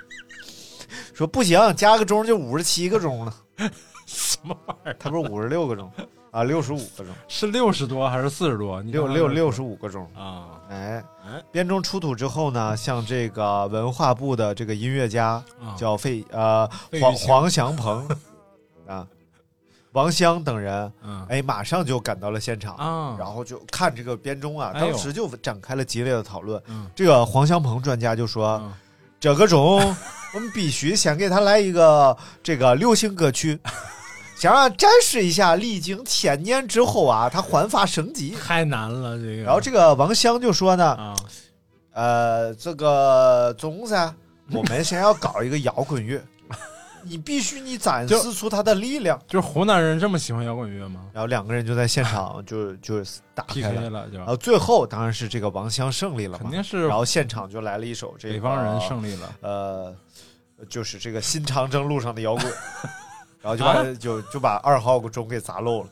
C: 说不行，加个钟就五十七个 钟了。
D: 什么玩意儿？
C: 他不是五十六个钟啊，六十五个钟，
D: 是六十多还是四十多？你
C: 六
D: 看
C: 六六十五个钟。
D: 啊！
C: 哎，编钟出土之后呢，像这个文化部的这个音乐家
D: 嗯啊
C: 叫费呃
D: 费玉
C: 黄
D: 清
C: 黄祥鹏 啊，王湘等人，
D: 嗯，
C: 哎，马上就赶到了现场
D: 啊
C: 然后就看这个编钟啊，
D: 哎呦
C: 当时就展开了激烈的讨论。
D: 嗯
C: 这个黄祥鹏专家就说，
D: 嗯
C: 这个钟我们必须先给他来一个这个流行歌 曲，想让展示一下历经千年之后啊，他焕发生机。
D: 太难了这个。
C: 然后这个王湘就说呢，
D: 啊，
C: 呃，这个总 噻，我们先要搞一个摇滚乐，你必须你展示出它的力量。
D: 就是湖南人这么喜欢摇滚乐吗
C: 然后两个人就在现 场就就是打开
D: ？PK
C: 了，啊
D: 了就
C: 然后最后当然是这个王湘胜利了
D: 肯
C: 嘛，
D: 定是
C: 然后现场就来了一首这个
D: 北方人胜利了。
C: 呃，就是这个新长征路上的摇 滚，然后就把、
D: 啊
C: 就就把二号钟给砸漏了。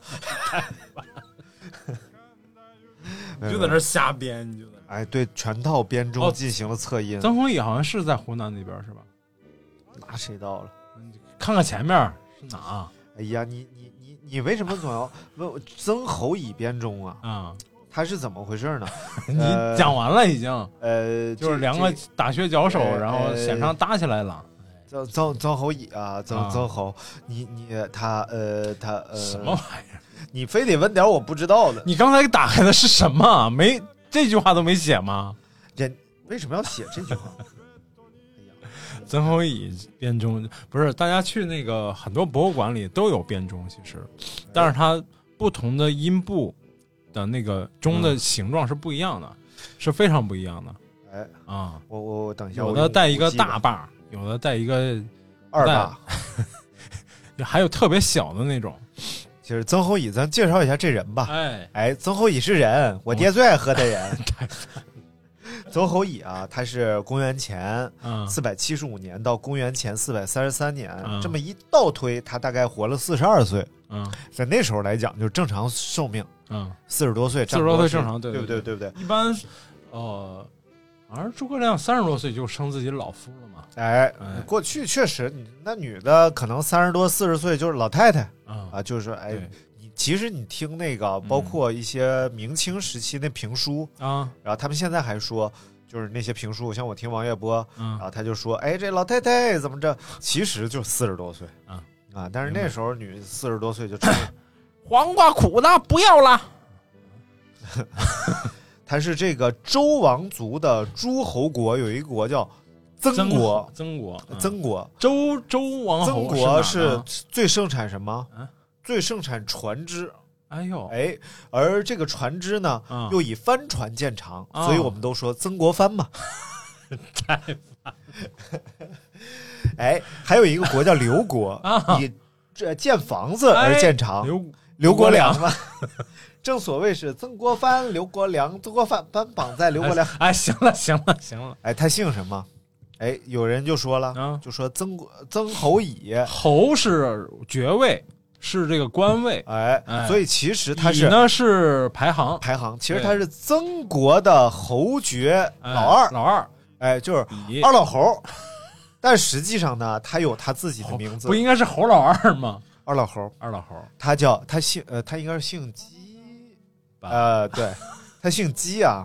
E: 你就在那儿瞎编，你就在那儿
C: 哎，对，全套编
D: 哦
C: 钟进行了测音，
D: 张宏毅好像是在湖南那边是吧？
C: 拿谁到了？
D: 看看前面是哪
C: 哎呀，你你你你为什么总要问我曾侯乙编钟啊？
D: 啊？
C: 他是怎么回 事呢？
D: 你
C: 呃
D: 讲完了已经，
C: 呃，
D: 就是
C: 这
D: 两个
C: 这
D: 打血脚手，
C: 呃
D: 然后现场打起来了。
C: 曾曾曾侯乙啊，
D: 啊
C: 曾曾侯，你你他呃他呃
D: 什么玩意儿？
C: 你非得问点我不知道的，
D: 你刚才打开的是什么？没这句话都没写吗？
C: 人为什么要写这 句话？哎呀，
D: 曾侯乙编钟不是，大家去那个很多博物馆里都有编钟，其实，但是它不同的音部的那个钟的形状是不一样的，是非常不一样的
C: 哎，
D: 啊。
C: 我我我等一下，
D: 有
C: 我
D: 的
C: 用
D: 带一
C: 我
D: 个
C: 记
D: 大
C: 着
D: 把儿，有的带一个，
C: 二
D: 带
C: 把。
D: 还有特别小的那种。
C: 就是曾侯乙，咱介绍一下这人吧。
D: 哎，
C: 哎，曾侯乙是人，我爹最爱喝的 人。曾侯乙啊，他是公元前
D: 嗯，
C: 四百七十五年到公元前四百三十三年，
D: 嗯
C: 这么一倒推，他大概活了四十二岁。
D: 嗯，
C: 在那时候来讲，就是正常寿命，
D: 嗯，
C: 四十多岁，
D: 40
C: 差
D: 多岁
C: 不
D: 正常
C: 多是
D: 对
C: 对
D: 对
C: 不对？对不对？
D: 一般，呃，好像是诸葛亮三十多岁就生自己老夫了嘛。
C: 哎
D: 哎，
C: 过去确实，你那女的可能三十多、四十岁就是老太太
D: 啊、
C: 啊，就是说，哎
D: 对，嗯
C: 你其实你听那个，包括一些明清时期那评书，
D: 啊，
C: 然后他们现在还说，就是那些评书，像我听王月波，
D: 嗯
C: 然后他就说，哎，这老太太怎么着？其实就四十多岁
D: 啊
C: 啊，但是那时候女四十多岁就成了，
D: 黄瓜苦的不要啦。
C: 她是这个周王族的诸侯国有一国叫曾国，
D: 曾国，嗯
C: 曾国，
D: 周周王
C: 曾
D: 嗯侯
C: 国
D: 是
C: 是
D: 哪呢
C: 最盛产什么
D: 啊？
C: 最盛产船只，
D: 哎呦，
C: 哎，而这个船只呢
D: 啊，
C: 又以帆船见长，
D: 啊
C: 所以我们都说曾国藩嘛。
D: 太烦
C: 哎，还有一个国叫刘国，以这建房子而见长，
D: 啊哎刘
C: 刘国
D: 梁
C: 梁嘛。 正所谓是曾国藩、刘国梁，曾国藩藩绑在刘国梁。
D: 哎，行了，行了，行了，
C: 哎，他姓什么？哎，有人就说了
D: 啊，
C: 就说曾国曾侯 乙。
D: 侯是爵位，是这个官位，
C: 哎
D: 哎，
C: 所以其实嗯他
D: 乙
C: 是
D: 呢是排行
C: 排行，其实
D: 对
C: 他是曾国的侯爵
D: 哎
C: 老二，
D: 老二
C: 哎，就是
D: 乙
C: 二老侯。 但实际上呢，他有他自己的名字
D: 不，应该是侯老二吗？
C: 二老侯，
D: 二老侯
C: 他叫他姓呃，他应该是姓姬，
D: 吧
C: 呃，对， 他姓姬啊，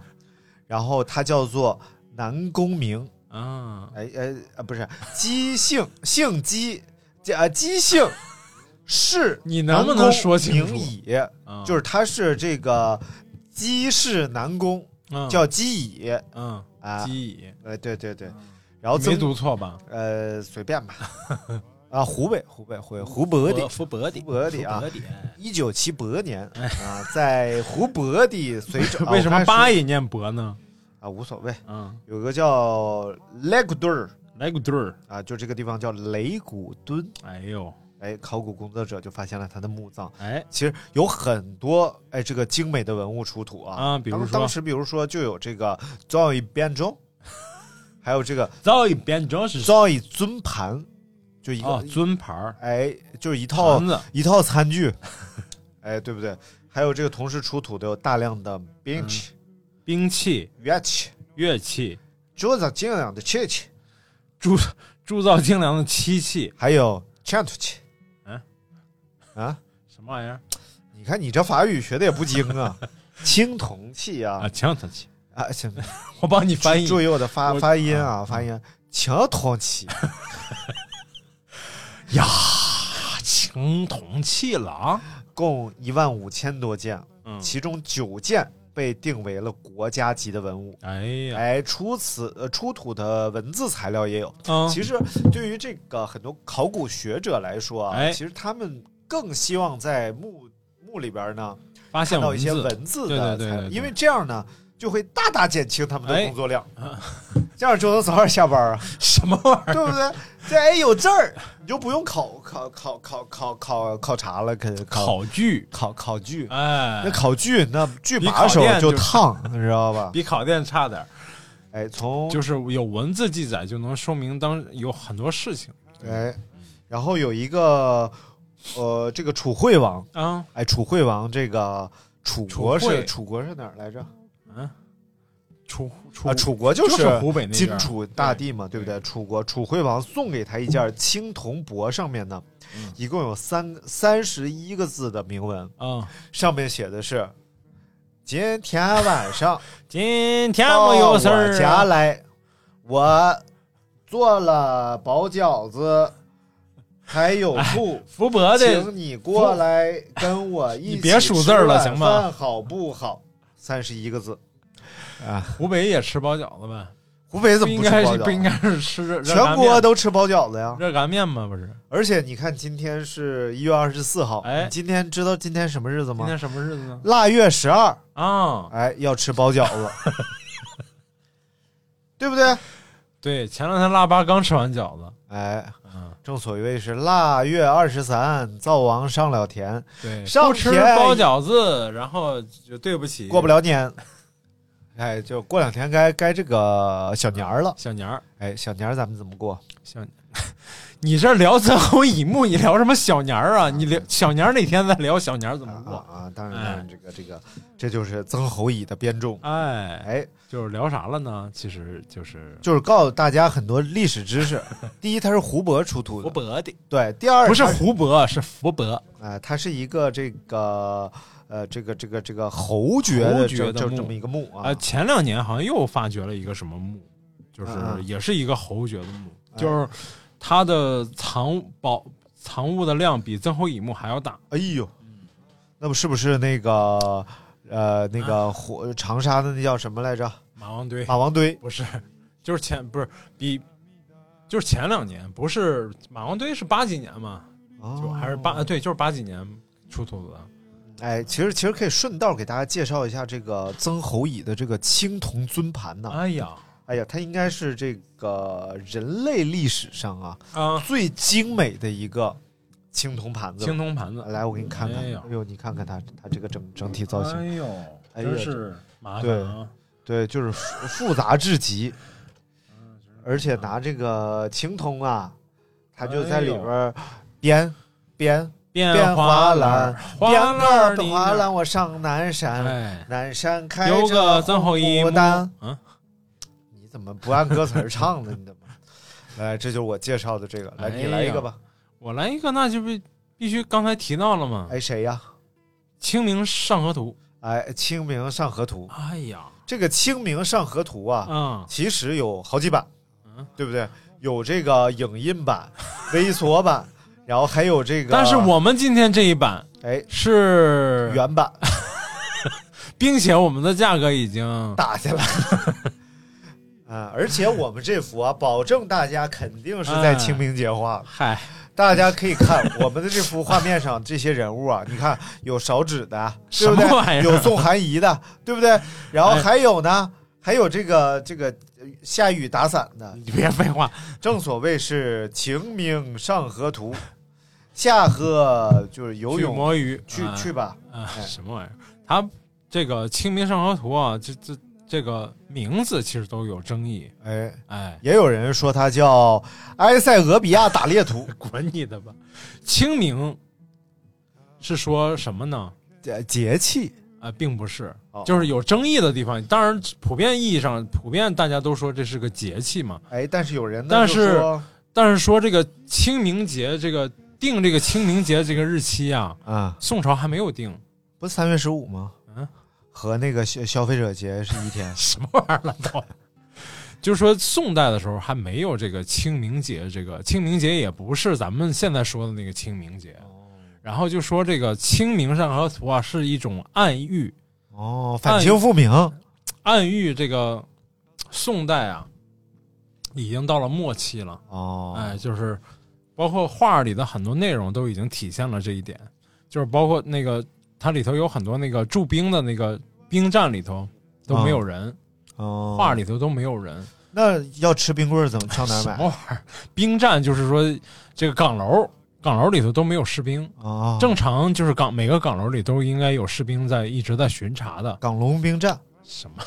C: 然后他叫做南宫明，
D: 啊，
C: 哎哎啊，不是姬姓 姓姬，姬啊姬姓是
D: 你能不能说清楚
C: 南宫明乙，
D: 啊
C: 就是他是这个姬氏南宫，
D: 嗯
C: 叫姬乙
D: 嗯
C: 啊，
D: 姬乙，
C: 哎对对对，然后
D: 嗯没
C: 曾
D: 读错吧？，
C: 呃随便吧，啊湖北湖北湖北湖北的。
E: 福伯的
C: 湖北的啊
E: 福伯的哎
C: 一九七八年啊，在湖北的随啊州
D: 为什么八
C: 一
D: 也念博呢？
C: 啊？无所谓，
D: 嗯，
C: 有个叫雷古顿儿
D: 来个对儿，
C: 啊，就这个地方叫雷古敦。
D: 哎呦，
C: 哎，考古工作者就发现了他的墓葬。
D: 哎，
C: 其实有很多哎，这个精美的文物出土啊。
D: 啊，比
C: 当
D: 如
C: 当
D: 说
C: 时，比如说就有这个造一编 钟，还有这个
D: 造一编钟是
C: 造一尊盘，就一个、
D: 哦，尊牌儿
C: 哎，就是一套
D: 盘子，
C: 一套餐具， 哎，对不对？还有这个同时出土的有大量的
D: 嗯
C: bench、
D: 兵器、
C: 乐器、
D: 乐器、
C: 桌子、尽量的切器，
D: 铸铸造精良的漆器，
C: 还有嵌土器。
D: 嗯
C: 啊，
D: 什么玩意儿
C: 你看你这法语学的也不精 啊，青铜器
D: 啊？
C: 啊
D: 墙头器，
C: 啊，行，
D: 我帮你翻译。
C: 注意我的发
D: 我
C: 发音啊，发音。青铜器，
D: 呀，青铜器了啊！
C: 共一万五千多件，
D: 嗯
C: 其中九件被定为了国家级的文物。
D: 哎呀，
C: 哎，出此呃出土的文字材料也有。
D: 嗯，
C: 其实对于这个很多考古学者来说啊，
D: 哎
C: 其实他们更希望在墓墓里边呢
D: 发现
C: 看到
D: 文
C: 一些
D: 字，
C: 文字
D: 对
C: 的
D: 对对
C: 材料，
D: 对对
C: 因为这样呢就会大大减轻他们的
D: 哎
C: 工作 量，这样就能早点下班啊，
D: 什么玩意儿？
C: 对不对？这哎有证儿，你就不用考考考考考考考察了，可考
D: 考据，
C: 考考据，
D: 哎
C: 那，考据那据
E: 比
C: 把手
E: 考验
C: 就
E: 就是
C: 烫，你知道吧？
D: 比烤店差点儿，
C: 哎，从
D: 就是有文字记载就能说明当有很多事情
C: 哎，然后有一个呃，这个楚惠王，
D: 啊。
C: 哎，楚惠王这个楚
D: 楚
C: 国
D: 惠
C: 是楚国是哪儿来着？
D: 嗯，楚楚
C: 啊，楚国
D: 就是湖北那边
C: 金
D: 儿
C: 楚大地嘛，对不对？楚国楚惠王送给他一件青铜帛，上面呢，
D: 嗯
C: 一共有三三十一个字的铭文，
D: 啊，
C: 上面写的是：今天晚上
D: 今天
C: 到
D: 我有
C: 我
D: 事儿
C: 家
D: 啊，
C: 来，我做了包饺子，还有醋。
D: 福伯的
C: 请你过来跟我一起，
D: 哎你别数字儿了行吗？
C: 好不好？三十一个字，
D: 湖北也吃包饺子呗？
C: 湖北怎么
D: 应
C: 不吃
D: 该
C: 包
D: 是不应
C: 饺子？啊
D: 该是吃热热
C: 全
D: 干面
C: 国都吃包饺子呀！
D: 热干面吗？不是？
C: 而且你看，今天是一月二十四号，
D: 哎
C: 你今天知道今天什么日子
D: 今
C: 吗
D: 天？什么日子呢？
C: 腊月十二，
D: 啊，
C: 哎，要吃包饺子， 对不对？
D: 对，前两天腊八刚吃完饺子，
C: 哎，
D: 嗯，
C: 正所谓是腊月二十三，灶王上了田，
D: 对，
C: 上
D: 不吃
C: 天
D: 包饺子，然后就对不起
C: 过不了年。哎，就过两天该该这个小年儿了。
D: 小年儿。
C: 哎，小年儿咱们怎么过？
D: 小， 你这聊择偶乙木，你聊什么小年儿啊？你聊小年儿那天再聊小年儿怎么
C: 啊
D: 过？
C: 啊啊！当然，
D: 哎
C: 当然，这个这个，这就是曾侯乙的编种。
D: 哎，
C: 哎，
D: 就是聊啥了呢？其实就是
C: 就是告诉大家很多历史知 识。第一，它是胡伯出土
D: 福
C: 的，
D: 伯的，
C: 对；第二，
D: 不是
C: 它
D: 胡伯，是福伯。
C: 啊，它是一个这个呃，这个这个这个侯爵的
D: 侯
C: 这
D: 爵
C: 这
D: 的墓
C: 这么一个墓啊
D: 啊，。前两年好像又发掘了一个什么墓，就是
C: 嗯嗯哎
D: 也是一个侯爵的墓，就是他的藏宝藏物的量比曾侯乙墓还要大。
C: 哎呦，那么是不是那个呃那
D: 啊
C: 个火长沙的那叫什么来着？
D: 马王堆
C: 马王堆
D: 不是，就是前不是比，就是前两年不是马王堆是八几年嘛？就
C: 哦，
D: 还是八呃对，就是八几年出土的。
C: 哎，其实其实可以顺道给大家介绍一下这个曾侯乙的这个青铜尊盘呢。
D: 哎呀，
C: 哎呀，它应该是这个人类历史上啊
D: 啊，
C: 最精美的一个青铜盘子了。
D: 青铜盘子，
C: 来，我给你看看。
D: 哎
C: 哎
D: 呀
C: 呦，你看看它，它这个整整体造型，
D: 呦，
C: 哎呀
D: 真是麻
C: 对
D: 烦啊！
C: 对，就是复复杂至极，而且拿这个青铜啊，它就在里边儿编编
D: 变
C: 编
D: 花
C: 花篮，
D: 花
C: 编
D: 篮
C: 个
D: 儿
C: 的
D: 你
C: 花
D: 哪
C: 篮，我上南山，
D: 哎，
C: 南山开
D: 有
C: 着
D: 个曾侯乙
C: 牡
D: 墓，
C: 丹。
D: 嗯，
C: 你怎么不按歌词儿唱呢？你怎么？ 来，这就是我介绍的这个。来，
D: 哎
C: 你来一个吧。
D: 我来一个，那就必必须刚才提到了嘛，《
C: 哎，谁呀？
D: 清明上河图
C: 哎，《清明上河图》》。
D: 哎呀，
C: 这个《清明上河图》啊，
D: 嗯，
C: 其实有好几版
D: 嗯，
C: 对不对？有这个影印 版、微缩版，然后还有这个，
D: 但是我们今天这一版
C: 哎
D: 是
C: 原版
D: 并且我们的价格已经
C: 打下 来。啊！而且我们这幅啊，保证大家肯定是在清明节画的。
D: 嗨，
C: 大家可以看我们的这幅画面上这些人物 啊，你看有勺指的，对不
D: 什么玩意
C: 对？
D: 儿
C: 有宋寒怡的，对不对？然后
D: 哎
C: 还有呢，还有这个这个呃下雨打伞的，
D: 你别废话，
C: 正所谓是清明上河 图，下河就是游
D: 去
C: 泳，
D: 摸鱼
C: 去
D: 啊
C: 去吧。
D: 啊，
C: 哎
D: 什么玩意儿？他这个《清明上河图》啊，这这这个名字其实都有争议。
C: 哎，
D: 哎，
C: 也有人说它叫埃塞俄比亚打猎图，
D: 滚你的吧！清明是说什么呢？
C: 呃节气
D: 啊，并不是
C: 哦，
D: 就是有争议的地方。当然，普遍意义上，普遍大家都说这是个节气嘛。
C: 哎，但是有人呢
D: 但
C: 就是说
D: 但是说这个清明节，这个定这个清明节这个日期啊，
C: 啊，
D: 宋朝还没有定。
C: 不是三月十五吗？
D: 嗯，。
C: 和那个消消费者节是一天
D: 什么玩意儿了都？就是说，宋代的时候还没有这个清明节，这个清明节也不是咱们现在说的那个清明节。然后就说这个《清明上河图》啊，是一种暗喻，
C: 哦，反清复明，
D: 哎暗喻这个宋代啊，已经到了末期了。
C: 哦，
D: 哎，就是包括画里的很多内容都已经体现了这一点，就是包括那个它里头有很多那个驻兵的那个兵站里头都没有人，
C: 哦，
D: 画里头都没有人，
C: 那要吃冰棍儿怎么上哪儿
D: 什
C: 买
D: 么玩意儿？兵站就是说这个岗楼，岗楼里头都没有士兵。
C: 哦，
D: 正常就是岗每个岗楼里都应该有士兵在一直在巡查的，
C: 港龙兵站，
D: 什么？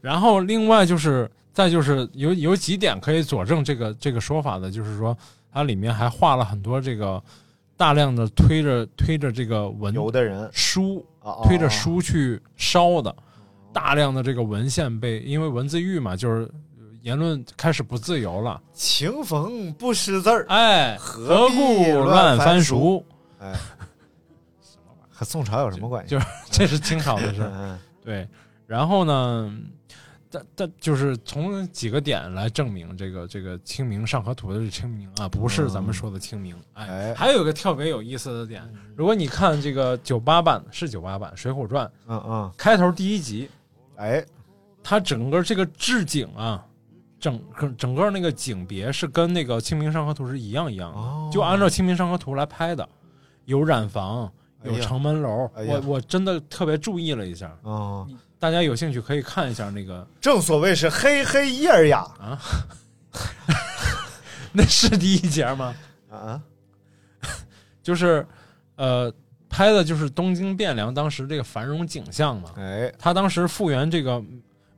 D: 然后另外就是再就是有有几点可以佐证这个这个说法的，就是说它里面还画了很多这个大量的推着推着这个文
C: 有的人
D: 书
C: 哦
D: 推着书去烧的，大量的这个文献被因为文字狱嘛，就是言论开始不自由了，
C: 情逢不识字儿，
D: 哎，
C: 何
D: 何
C: 必
D: 故
C: 乱
D: 乱
C: 翻
D: 翻
C: 书
D: 书？
C: 哎，和宋朝有什么关系？
D: 就是 这是清朝的事儿。
C: 嗯
D: 对，然后呢，但但就是从几个点来证明这个这个《清明上河图》的这清明啊，不是咱们说的清明。
C: 哎嗯
D: 哎，还有一个特别有意思的点，如果你看这个九八版是九八版《水浒传》
C: 嗯嗯，
D: 开头第一集，
C: 哎，
D: 它整个这个置景啊。整个整个那个景别是跟那个《清明上河图》是一样一样的，
C: 哦
D: 就按照《清明上河图》来拍的，有染坊，
C: 哎
D: 有
C: 呀
D: 城门楼。
C: 哎呀
D: 我我真的特别注意了一下，
C: 哦，
D: 大家有兴趣可以看一下那个
C: 正所谓是黑黑一耳哑
D: 那是第一节吗？
C: 啊，
D: 就是，呃，拍的就是东京汴梁当时这个繁荣景象嘛。
C: 哎，
D: 他当时复原这个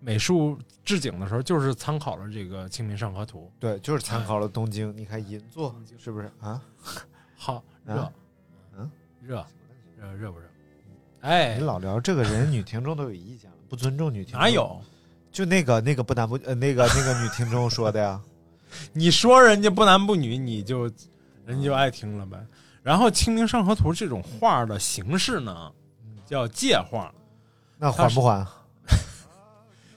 D: 美术置景的时候，就是参考了这个《清明上河图
C: 对，就是参考了东京，你看银座是不是啊？》。
D: 好热，
C: 嗯
D: 热，热热不热？哎
C: 你，老聊这个人，女听众都有意见了，不尊重女听众。
D: 哪？有？
C: 就那个那个不男不呃那个那个女听众说的 呀。
D: 你说人家不男不女，你就人就爱听了呗。然后《清明上河图》这种画的形式呢，叫界画。
C: 那还不还？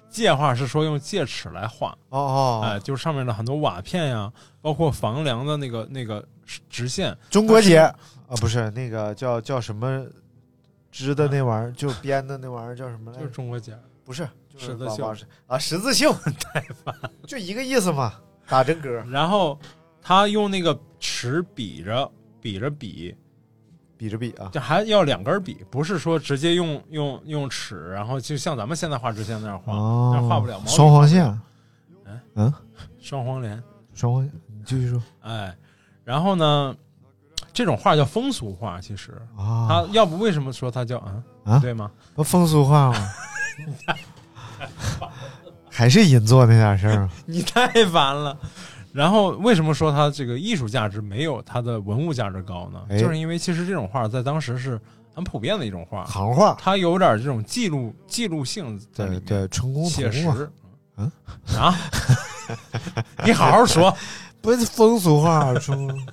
D: 界画是说用戒尺来画，
C: 哦
D: 哎、
C: 哦，
D: 就是上面的很多瓦片呀、包括房梁的那个那个直线，
C: 中国结啊，不是那个叫叫什么织的那玩意儿，就编的那玩意儿叫什么来
D: 就是
C: 着？
D: 中国结。
C: 不是，就是
D: 十字
C: 网
D: 绣
C: 网啊，十字绣， 太烦，就一个意思嘛，打真嗝，
D: 然后他用那个尺比着比着比，
C: 比着比啊，
D: 这还要两根笔，不是说直接用用用尺，然后就像咱们现在画直线那样画，啊
C: 哦
D: 那样画不了毛笔
C: 双黄线，
D: 双黄连，
C: 双黄线，你继续说
D: 哎，然后呢，这种画叫风俗画，其实
C: 啊
D: 它要不为什么说它叫啊
C: 啊
D: 对吗？
C: 不风俗话吗？ 还是银座那点事儿 吗？
D: 你太烦了。然后为什么说它这个艺术价值没有它的文物价值高呢？
C: 哎
D: 就是因为其实这种画在当时是很普遍的一种画，
C: 行话，
D: 它有点这种记录记录性在
C: 对
D: 里面，
C: 对，春宫
D: 写
C: 图嘛，
D: 实。
C: 嗯
D: 啊， 你好好说，
C: 不是风俗话，春宫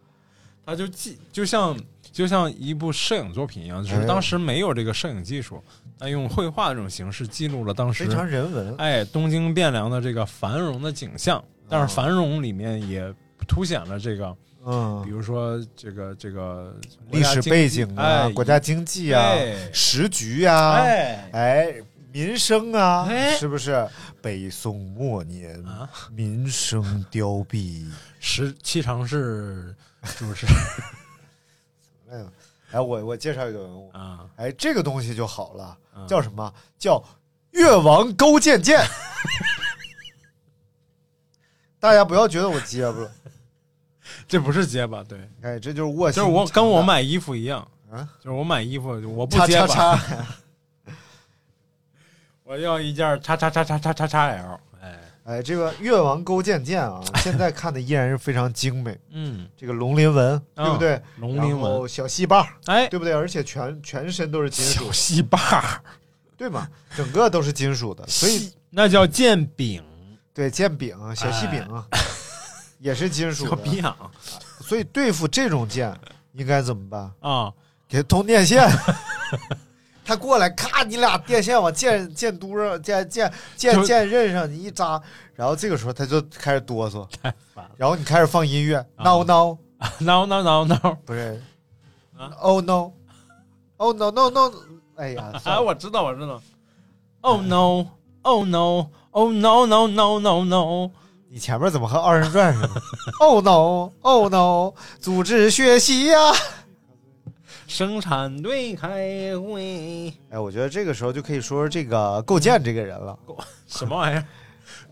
D: 它就记就像就像一部摄影作品一样，只
C: 哎
D: 是当时没有这个摄影技术，但用绘画这种形式记录了当时
C: 非常人 文，
D: 哎，东京汴梁的这个繁荣的景象，
C: 啊
D: 但是繁荣里面也凸显了这个，比
C: 嗯，
D: 如说这个这个
C: 历史背景啊，
D: 哎，
C: 国家经济啊，
D: 哎
C: 时局啊，
D: 哎
C: 哎，民生啊，
D: 哎
C: 是不是？北宋末年，
D: 啊
C: 民生凋敝。
D: 十七常侍 主持
C: 哎呦，哎，我我介绍一个文物，
D: 啊，
C: 哎，这个东西就好了，
D: 嗯
C: 叫什么？叫越王勾践剑。大家不要觉得我结巴了，
D: 这不是结巴，对，
C: 哎，这就是卧薪
D: 就是我
C: 尝
D: 跟我
C: 胆
D: 买衣服一样
C: 啊，
D: 就是我买衣服我不
C: 叉
D: 结
C: 叉
D: 巴，
C: 叉，
D: 我要一件叉叉叉叉叉叉叉 L，哎，
C: 哎，这个越王勾践剑啊，现在看的依然是非常精美。
D: 嗯，
C: 这个龙鳞纹，对不
D: 嗯
C: 对？
D: 龙鳞
C: 然后
D: 纹
C: 小细把，
D: 哎，
C: 对不对？而且全全身都是金属
D: 小，细把儿，
C: 对嘛？整个都是金属的，所以
D: 细那叫剑柄，
C: 对剑柄、小细柄啊，也是金属
D: 哎小鼻
C: 的。
D: 痒
C: 所以对付这种剑应该怎么办？
D: 啊，
C: 给它通电线。 他过来，咔，你俩电线往剑剑都上、剑剑剑
D: 就
C: 剑刃上，你一扎，然后这个时候他就开始哆嗦，
D: 烦了啊
C: 然后你开始放音乐，no no，
D: ，no no no no，
C: 不是
D: 啊
C: ，oh no，oh no no no 哎呀，算
E: 啊，
C: 了
E: 我知道，我知道。Oh no! Oh no! Oh no! No no no no！
C: 你前面怎么和二人转似的？Oh no! Oh no! 组织学习呀、
E: 生产队开会，
C: 哎，我觉得这个时候就可以说说这个构建这个人了。
E: 什么玩意儿？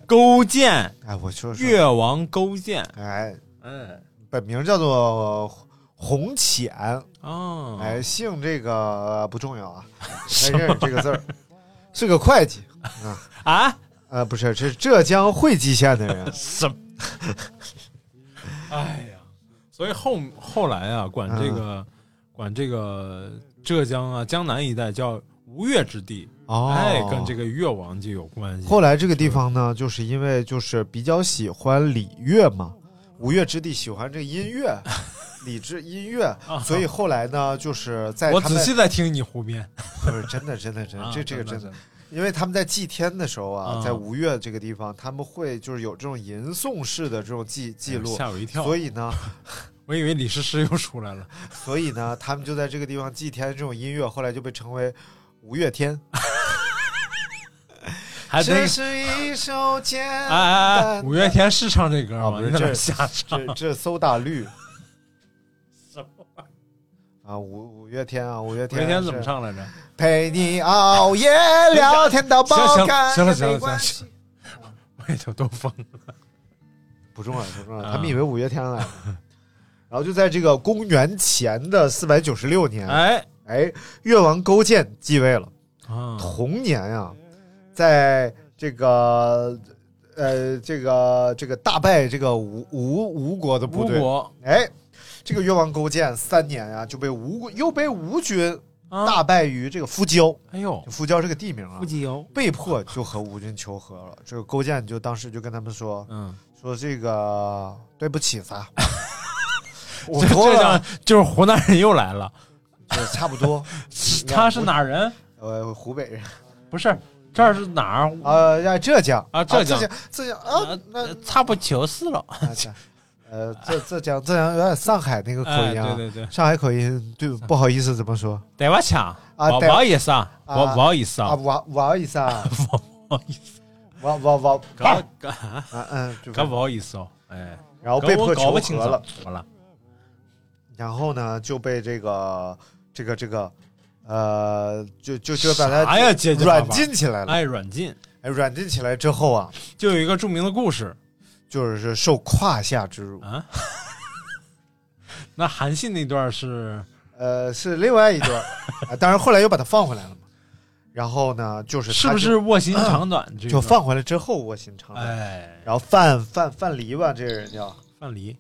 E: 勾践，
C: 哎，我说说，
E: 越王勾践。
C: 哎，
E: 嗯，
C: 本名叫做洪潜，
E: 哦，
D: 啊
C: 哎，姓这个不重要 啊，没认识这个字儿，是个会计啊。
E: 啊，
C: 呃，不是，这是浙江会稽县的 人
E: 什 么？哎呀，嗯
D: 所以后后来啊，管这个管这个浙江啊江南一带叫吴越之地，
C: 哦
D: 哎，跟这个越王就有关系。
C: 后来这个地方呢，就是因为就是比较喜欢礼乐嘛，吴越之地喜欢这个音 乐，礼制音乐，所以后来呢，就是在
D: 啊我
C: 他
D: 仔
C: 们
D: 细在听你胡编，
C: 不是真的真的真的，这这个真
D: 的
C: 的，因为他们在祭天的时候啊，
D: 啊
C: 在吴越这个地方，他们会就是有这种吟诵式的这种记记录，
D: 哎吓我一跳，
C: 所以呢，
D: 我以为李师师又出来了。
C: 所以呢，他们就在这个地方祭天，这种音乐后来就被称为吴越天。
D: 还得
C: 这是一首简
D: 哎哎哎，
C: 单
D: 五月天是唱这歌
C: 啊
D: 吗？
C: 不是
D: 你在那
C: 这
D: 瞎唱
C: 这这苏打 绿，什么啊？五五月天啊，五月
D: 五
C: 天，
D: 月天怎么？唱来着？
C: 陪你熬夜聊天到爆肝，
D: 行了行
C: 没
D: 了行了
C: 关系
D: 行了，我也就都疯了。
C: 不重要不重要，
D: 啊
C: 他们以为五月天来了。然后就在这个公元前的四百九十六年，
D: 哎，
C: 哎，越王勾践继位了。
D: 啊，
C: 同年啊，在这个呃这个这个大败这个吴吴吴国的部
D: 吴
C: 队，
D: 国
C: 哎，这个越王勾践三年啊，就被吴又被吴军
D: 啊
C: 大败于这个夫交，
D: 哎呦
C: 就，夫交这个地名啊，
D: 油，
C: 被迫就和吴军求和了。这个勾践就当时就跟他们说
D: 嗯，
C: 说这个对不起 噻，我
D: 这
C: 多
D: 这
C: 了
D: 像就是湖南人又来了，
C: 就差不多。
D: 是
C: 啊
D: 他是哪儿人？
C: 呃，湖北人
D: 不是，这儿是哪儿？
C: 啊，在浙江
D: 啊浙江
C: 江浙江啊，那
D: 呃差不求是了。
C: 啊这呃浙浙江浙江有点上海那个口
D: 哎，
C: 音啊，
D: 对对对，
C: 上海口音对不好意思怎么说
D: 对不起啊，
C: 啊
D: 不
C: 对
D: 不好意思啊，不
C: 啊
D: 不好意思
C: 啊？
D: 啊，
C: 不不好意思 啊，
D: 不好意思，
C: 我我我
D: 搞搞
C: 啊嗯，就
D: 搞不好意思哦，哎，
C: 然后被
D: 搞我
C: 迫
D: 搞
C: 求
D: 不清
C: 和
D: 楚
C: 了，，
D: 怎么了？
C: 然后呢就被这个这个这个呃，就就就把他
D: 啥呀解决
C: 软
D: 办法
C: 禁起来了。
D: 哎，软禁，
C: 哎，软禁起来之后啊，
D: 就有一个著名的故事
C: 就是受胯下之辱。
D: 啊。那韩信那段是
C: 呃，是另外一 段儿，啊，当然后来又把他放回来了嘛。然后呢，就是
D: 是
C: 他
D: 不
C: 就是嗯
D: 卧薪尝胆？这个
C: 就放回来之后卧薪尝胆？
D: 哎，
C: 然后范范范蠡吧，这个人叫，
D: 范蠡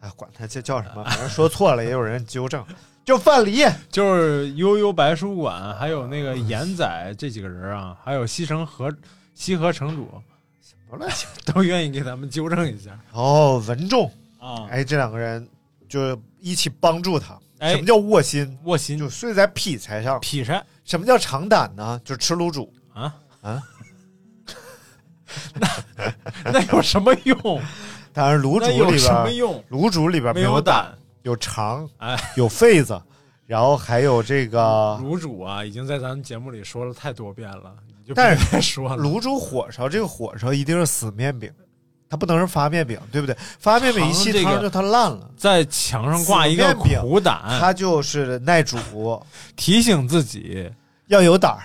C: 哎，管他叫叫什么，反正说错了也有人纠正，就范蠡。
D: 就是悠悠白书馆，还有那个严仔这几个人啊，还有西城河西河城主，
C: 好了
D: 都愿意给咱们纠正一下
C: 然后哦文仲，
D: 啊。
C: 哎，这两个人就一起帮助他。
D: 哎
C: 什么叫卧薪？
D: 卧薪
C: 就睡在劈柴上。
D: 劈柴
C: 什么叫长胆呢？就吃卤煮。
D: 啊
C: 啊！
D: 那有什么 用？
C: 当然，卤
D: 那
C: 煮
D: 有
C: 里
D: 边么
C: 边，
D: 用？
C: 卤煮里边
D: 没
C: 有
D: 胆，
C: 有肠，
D: 哎，
C: 有肺子，然后还有这个
D: 卤煮啊，已经在咱们节目里说了太多遍了，你就
C: 但
D: 别
C: 是
D: 再说了。
C: 卤煮火烧，这个火烧一定是死面饼，它不能是发面饼，对不对？发面饼一吸
D: 糖这
C: 汤
D: 个哎
C: 就它烂了。
D: 在墙上挂一个
C: 死面饼
D: 苦胆，
C: 它就是耐煮，
D: 提醒自己
C: 要有 胆儿，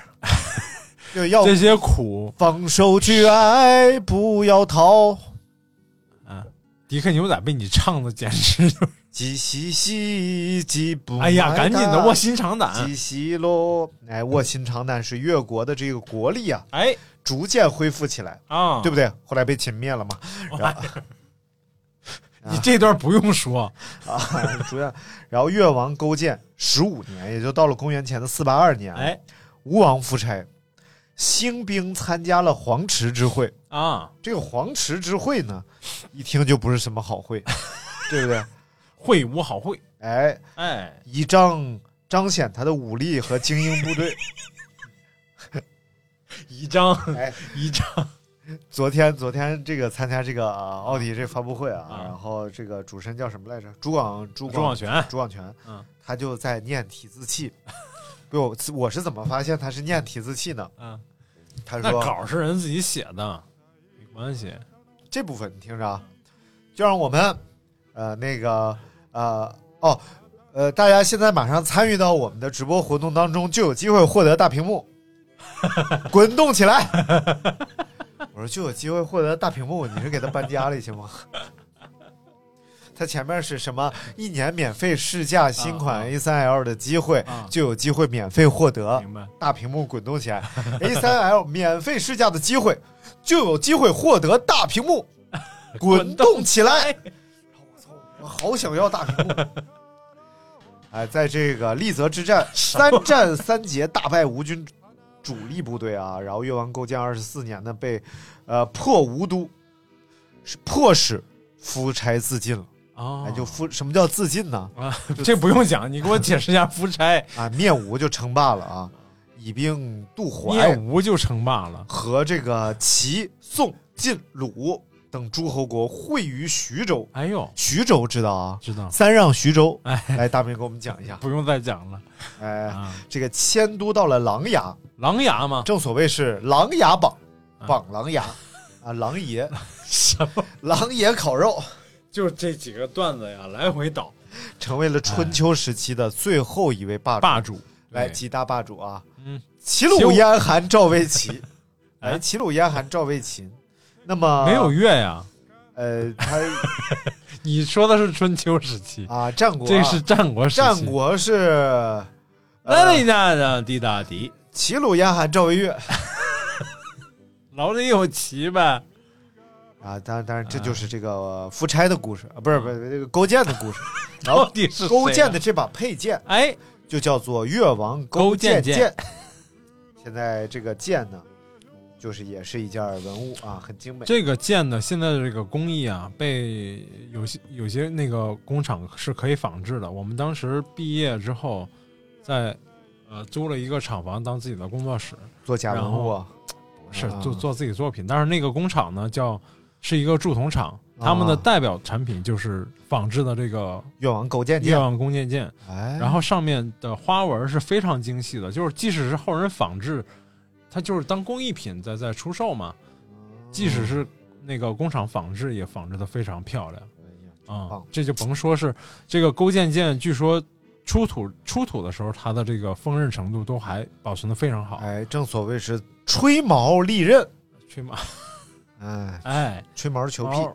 C: 就要
D: 这些苦。
C: 放手去爱，不要逃。
D: 迪克牛仔被你唱的简 直就是……
C: 几西西，几不
D: 哎呀，赶紧的，卧
C: 卧
D: 薪尝胆！
C: 几西喽！哎，卧薪尝胆是越国的这个国力啊，
D: 哎
C: 逐渐恢复起来，
D: 啊，
C: 对不对？后来被秦灭 了嘛，然后
D: 你这段不用说，
C: 啊，逐渐，然后越王勾践十五年，也就到了公元前的四八二年，
D: 哎
C: 吴王夫差兴兵参加了黄池之会。
D: 啊，
C: 这个黄池之会呢，一听就不是什么好 会，对不对？
D: 会武好会，
C: 哎，
D: 哎，
C: 以彰彰显他的武力和精英部队。
D: 一张
C: 哎，
D: 一张，
C: 昨天昨天这个参加这个、呃奥迪这发布会啊，
D: 啊
C: 然后这个主持人叫什么来着？朱广朱
D: 朱广
C: 广
D: 权
C: 朱广权，
D: 嗯，
C: 他就在念体字器，不，我我是怎么发现他是念提字器呢？
E: 嗯，
C: 他
D: 那
C: 说
D: 稿是人自己写的，没关系。
C: 这部分你听着，啊，就让我们呃那个呃哦呃，大家现在马上参与到我们的直播活动当中，就有机会获得大屏幕，滚动起来！我说就有机会获得大屏幕，你是给他搬家了行吗？他前面是什么？一年免费试驾新款 A 三 L 的机会，
D: 啊
C: 就有机会免费获得
D: 明白？
C: 大屏幕滚动起来 ，A 3 L 免费试驾的机会，就有机会获得大屏 幕，滚动起来！我操，我好想要大屏幕！哎，在这个丽泽之战，三战三捷大败吴军主力部队啊，然后越王勾践二十四年呢被，呃破吴都，是迫使夫差自尽了。
D: 哦
C: 哎，， 就夫什么叫自尽呢？
D: 啊，这不用讲，你给我解释一下 夫差，
C: 啊，灭吴就称霸了啊，以兵渡淮
D: 灭，吴就称霸了。
C: 和这个齐、宋、晋、鲁等诸侯国会于徐州。
D: 哎呦，
C: 徐州知道啊？
D: 知道，
C: 三让徐州，
D: 哎，啊
C: 来大明给我们讲一下。
D: 不用再讲了
C: 哎，
D: 啊。
C: 这个迁都到了琅琊，
D: 琅琊嘛，
C: 正所谓是琅琊榜，
D: 啊
C: 榜琅琊啊，琅爷琅爷烤肉
D: 就这几个段子呀，来回倒。
C: 成为了春秋时期的最后一位霸主。
D: 霸主
C: 来
D: 对
C: 几大霸主啊，
D: 嗯，
C: 齐鲁燕韩赵魏齐，
D: 哎
C: 哎，齐鲁燕韩赵魏秦，那么
D: 没有月呀。
C: 呃，他
D: 你说的是春秋时期，
C: 啊，战国啊，
D: 这是战国时期。
C: 战国是，
D: 来了
C: 呃
D: 一下的滴答滴，
C: 齐鲁燕韩赵魏越
D: 老得有齐呗。
C: 啊，当然当然，这就是这个夫差的故事啊，不是不是这个勾践的故事，然
D: 到
C: 后
D: 底是谁呀啊
C: 勾践的这把佩剑
D: 哎，
C: 就叫做越王勾践剑，现在这个剑呢，就是也是一件文物啊，很精美。
D: 这个剑呢，现在的这个工艺啊，被有些有些那个工厂是可以仿制的。我们当时毕业之后，在呃租了一个厂房当自己的工作室，
C: 做假文物啊，
D: 是
C: 啊
D: 做做自己作品。但是那个工厂呢，叫是一个铸铜厂，他们的
C: 啊
D: 代表产品就是仿制的这个
C: 越王勾践
D: 月
C: 剑，
D: 亮弓箭剑。
C: 哎，
D: 然后上面的花纹是非常精细的，就是即使是后人仿制，它就是当工艺品在在出售嘛。即使是那个工厂仿制，也仿制的非常漂亮啊、
C: 哎棒
D: 这就甭说是这个勾践剑，据说出土出土的时候，它的这个锋刃程度都还保存的非常好。
C: 哎，正所谓是吹毛利刃，
D: 吹毛，
C: 哎，
D: 哎，
C: 吹毛求
D: 毛
C: 屁。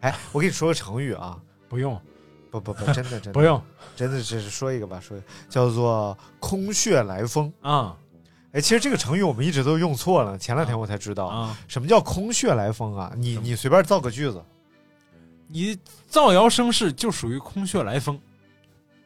C: 哎，我给你说个成语啊，
D: 不用
C: 不不不，真的真的
D: 不，用
C: 真的是说一个吧，说一个叫做空穴来风。
D: 啊
C: 哎，其实这个成语我们一直都用错了，前两天我才知道，
D: 啊！
C: 什么叫空穴来风啊？你你随便造个句子，
D: 你造谣生事就属于空穴来风，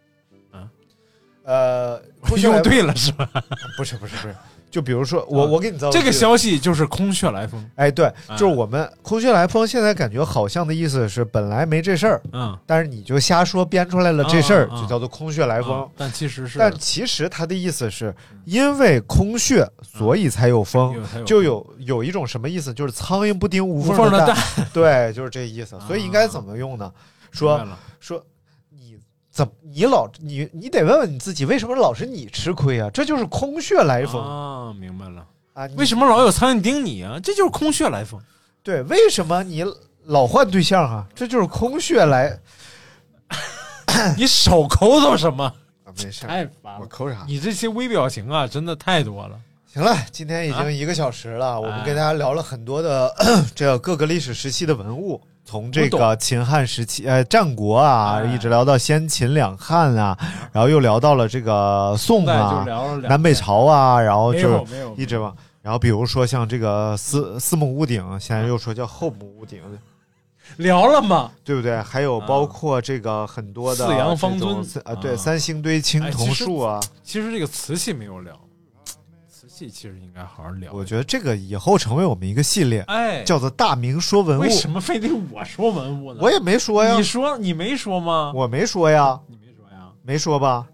C: 呃，空穴来
D: 用
C: 风
D: 对了是吧？
C: 不是不是不是，就比如说我、我给你造
D: 这个
C: 句子
D: 消息就是空穴来风，
C: 哎，对，
D: 啊
C: 就是我们空穴来风，现在感觉好像的意思是本来没这事儿，
D: 嗯。
C: 但是你就瞎说编出来了这事儿，
D: 啊啊
C: 就叫做空穴来风
D: 啊。但其实是
C: 但其实它的意思是因为空穴，
D: 嗯
C: 所以才有风。
D: 有它有
C: 就有有一种什么意思，就是苍蝇不叮无
D: 哎嗯无
C: 缝
D: 缝
C: 的
D: 的
C: 蛋
D: 蛋，，
C: 对，就是这意思。
D: 啊
C: 所以应该怎么用呢？
D: 明白
C: 说
D: 了
C: 说你怎么你老你你得问问你自己，为什么老是你吃亏啊？这就是空穴来风
D: 啊，明白了，
C: 啊！
D: 为什
C: 么
D: 么老有苍蝇叮你啊？这就是空穴来风，
C: 对？为什么你老换对象啊？这就是空穴来，哎
D: 你手抠搜什 么？
C: 啊、没事，
D: 太烦
C: 我。抠啥？
D: 你这些微表情啊，真的太多了。
C: 行了，今天已
D: 啊
C: 经一个小时了，我们
D: 哎
C: 跟大家聊了很多的、这个各个历史时期的文物，从这
D: 古
C: 个秦汉时期，呃，战国啊，
D: 哎
C: 一直聊到先秦两汉啊，然后又聊到了这个宋
D: 再就
C: 啊、
D: 聊了两
C: 南北朝啊，然后
D: 没有
C: 就
D: 没有
C: 一直往，然后比如说像这个四四目屋顶，现
D: 啊
C: 在又说叫后母屋顶，
D: 聊了嘛，
C: 对不对？还有包括这个很多的
D: 啊四羊
C: 这
D: 方
C: 种
D: 尊
C: 三啊，对，
D: 啊
C: 三星堆青
D: 哎
C: 铜
D: 其实
C: 树啊，
D: 其实这个瓷器没有聊，瓷器其实应该好好聊。
C: 我觉得这个以后成为我们一个系列。
D: 哎，
C: 叫做大明说文物，
D: 为什么非得我说文物呢？
C: 我也没说呀
D: 你，说你没说吗？
C: 我没说呀，
D: 你没说呀？
C: 没说 吧？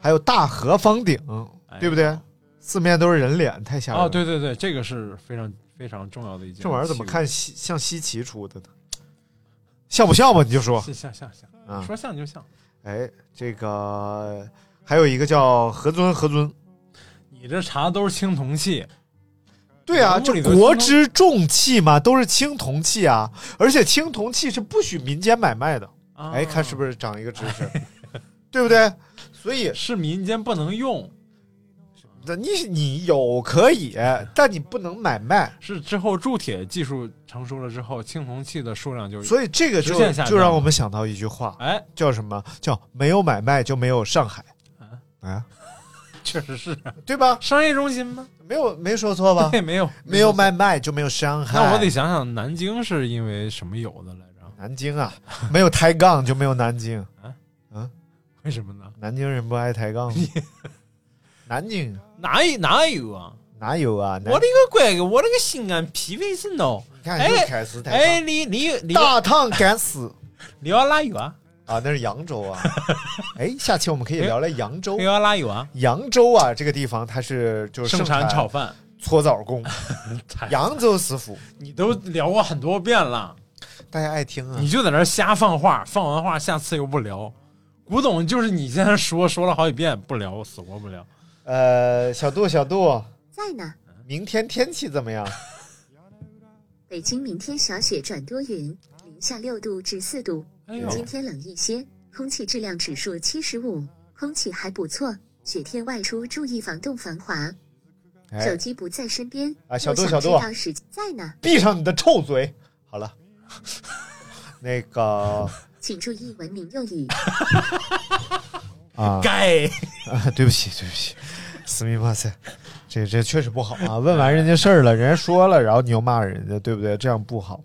C: 还有大河方鼎，
D: 哎
C: 对不对？四面都是人脸，太吓人了。
D: 哦，对，对对，这个是非常非常重要的一件。
C: 这玩意儿怎么看西像西岐出的呢？像不像吧？你就说
D: 像？像像像，
C: 啊
D: 说像就像。
C: 哎，这个还有一个叫何尊何尊。
D: 你这查的都是青铜器，
C: 对啊，
D: 文物
C: 就
D: 里头
C: 国
D: 青铜
C: 之重器嘛，都是青铜器啊，而且青铜器是不许民间买卖的。
D: 啊
C: 哎，看是
D: 是
C: 不是长一个知 识，对不对？所以
D: 啊是民间不能用，
C: 那你你有可以，但你不能买卖。
D: 是之后铸铁技术成熟了之后，青铜器的数量就
C: 所以这个就
D: 直线下降
C: 就让我们想到一句话，
D: 哎，
C: 叫什么？叫没有买卖就没有上海，啊，
D: 确实是啊
C: 对吧？
D: 商业中心吗？
C: 没有没说错吧
D: 也？没有
C: 没有买卖就没有伤害。
D: 那我得想想，南京是因为什么有的来着？
C: 南京啊，没有抬杠就没有南京，
D: 为什么呢？
C: 南京人不爱抬杠吗。南京
E: 哪有哪有啊？
C: 哪有啊？南
E: 我的个乖个，我的个心安 PVC 喏！
C: 你看
E: 哎
C: 又开始抬杠。
E: 哎，你你你
C: 大烫敢死
E: 你要哪有啊？
C: 啊！那是扬州啊。哎，下期我们可以聊聊扬州
E: 你。要哪有啊？
C: 扬州啊，这个地方它是就是
D: 盛
C: 产
D: 产炒饭，
C: 搓澡工，
D: 太
C: 扬州师傅，
D: 你都聊过很多遍了，
C: 大家爱听啊
D: 你。就在那儿瞎放话，放完话下次又不聊。古董就是你现在说 说了好几遍不聊，死活不聊。
C: 呃，小杜，小杜，
F: 在呢。
C: 明天天气怎么样？
F: 北京明天小雪转多云，零下六度至四度。
D: 哎呦，
F: 今天冷一些，空气质量指数七十五，空气还不错。雪天外出注意防冻防滑。手
C: 哎，
F: 机不在身边
C: 啊小度
F: 我想
C: 小
F: 知
C: 度
F: 道时间在呢，
C: 闭上你的臭嘴。好 了，那个
F: 请注意文明用语。
C: 啊，
E: 该
C: 啊，对不起，对不起，斯密马塞，这这确实不好啊！问完人家事儿了，人家说了，然后你又骂人家，对不对？这样不好。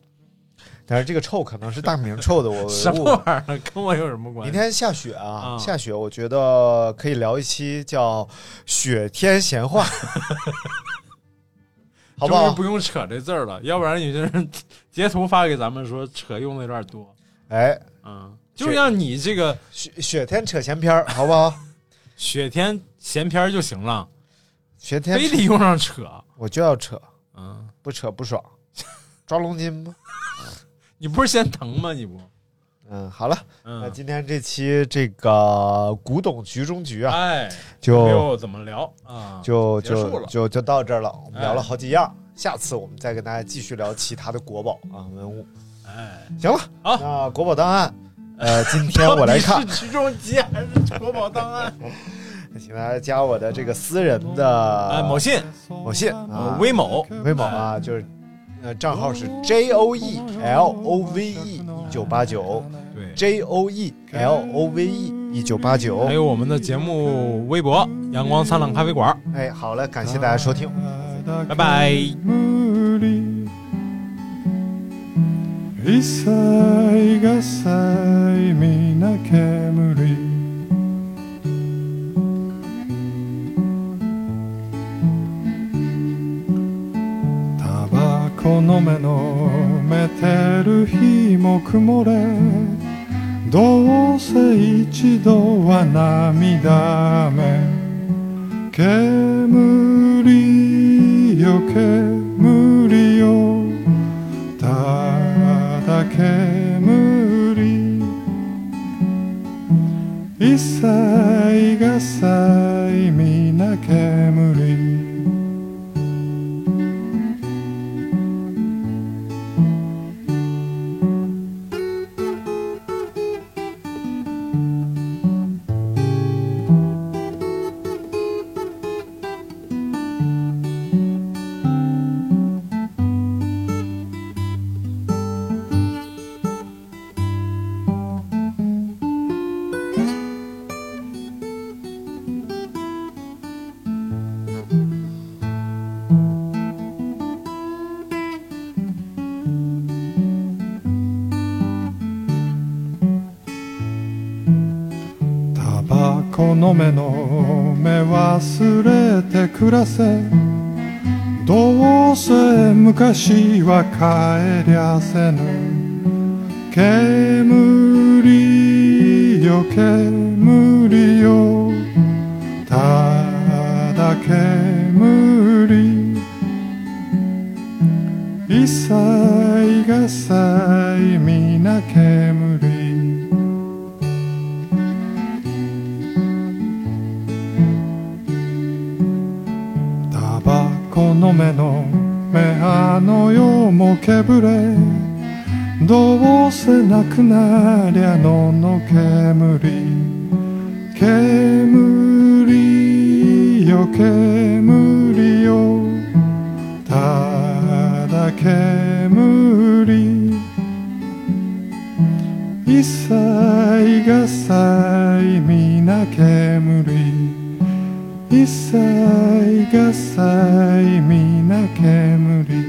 C: 但是这个臭可能是大明臭的，我
D: 什么
C: 我
D: 玩意儿？跟我有什么
C: 明
D: 关系？
C: 天下雪啊，
D: 啊
C: 下雪，我觉得可以聊一期叫《雪天闲话》，好不
D: 终于
C: 好
D: 不？用扯这字儿了，要不然有些人截图发给咱们说扯用的有点多。
C: 哎，
D: 嗯，就让你这个
C: 雪雪天扯闲篇儿，好不好？
D: 雪天闲篇儿就行了，
C: 雪天
D: 非得用上扯。
C: 我就要扯，
D: 嗯，
C: 不扯不爽，抓龙筋吧。
D: 你不是嫌疼吗？你不，
C: 嗯，好了，那
D: 嗯，
C: 今天这期这个古董局中局啊，
D: 哎，没
C: 就
D: 有怎么聊啊？
C: 就
D: 结束
C: 就
D: 了
C: 就就到这儿了。我们
D: 哎
C: 聊了好几样，下次我们再跟大家继续聊其他的国宝啊文物。
D: 哎，
C: 行了，
D: 好
C: 那国宝档案，呃，今天我来看
D: 到，底是局中集还是国宝档案？
C: 请大家加我的这个私人
D: 哎，
C: 的
D: 某信，
C: 某信啊，
D: 威某，
C: 微某啊，就是呃账号是 J O E L O V E 一九八九
D: 对，
C: J O E L O V E 一九八九
D: 还。有我们的节目微博“阳光灿烂咖啡馆
C: 哎，好了，感谢大家收听。”，
D: 拜拜。
G: 一切がさい皆煙タバコの目のめてる日も曇れどうせ一度は涙目煙よ煙よただ煙一切がさい皆煙タバコの目の目忘れて暮らせどうせ昔は帰りゃせぬ煙よ煙よただ煙一切がさい皆煙の目の目あの世もけぶれどうせなくなりゃのの煙煙よ煙よただ煙一切がさい皆煙一切がさい皆煙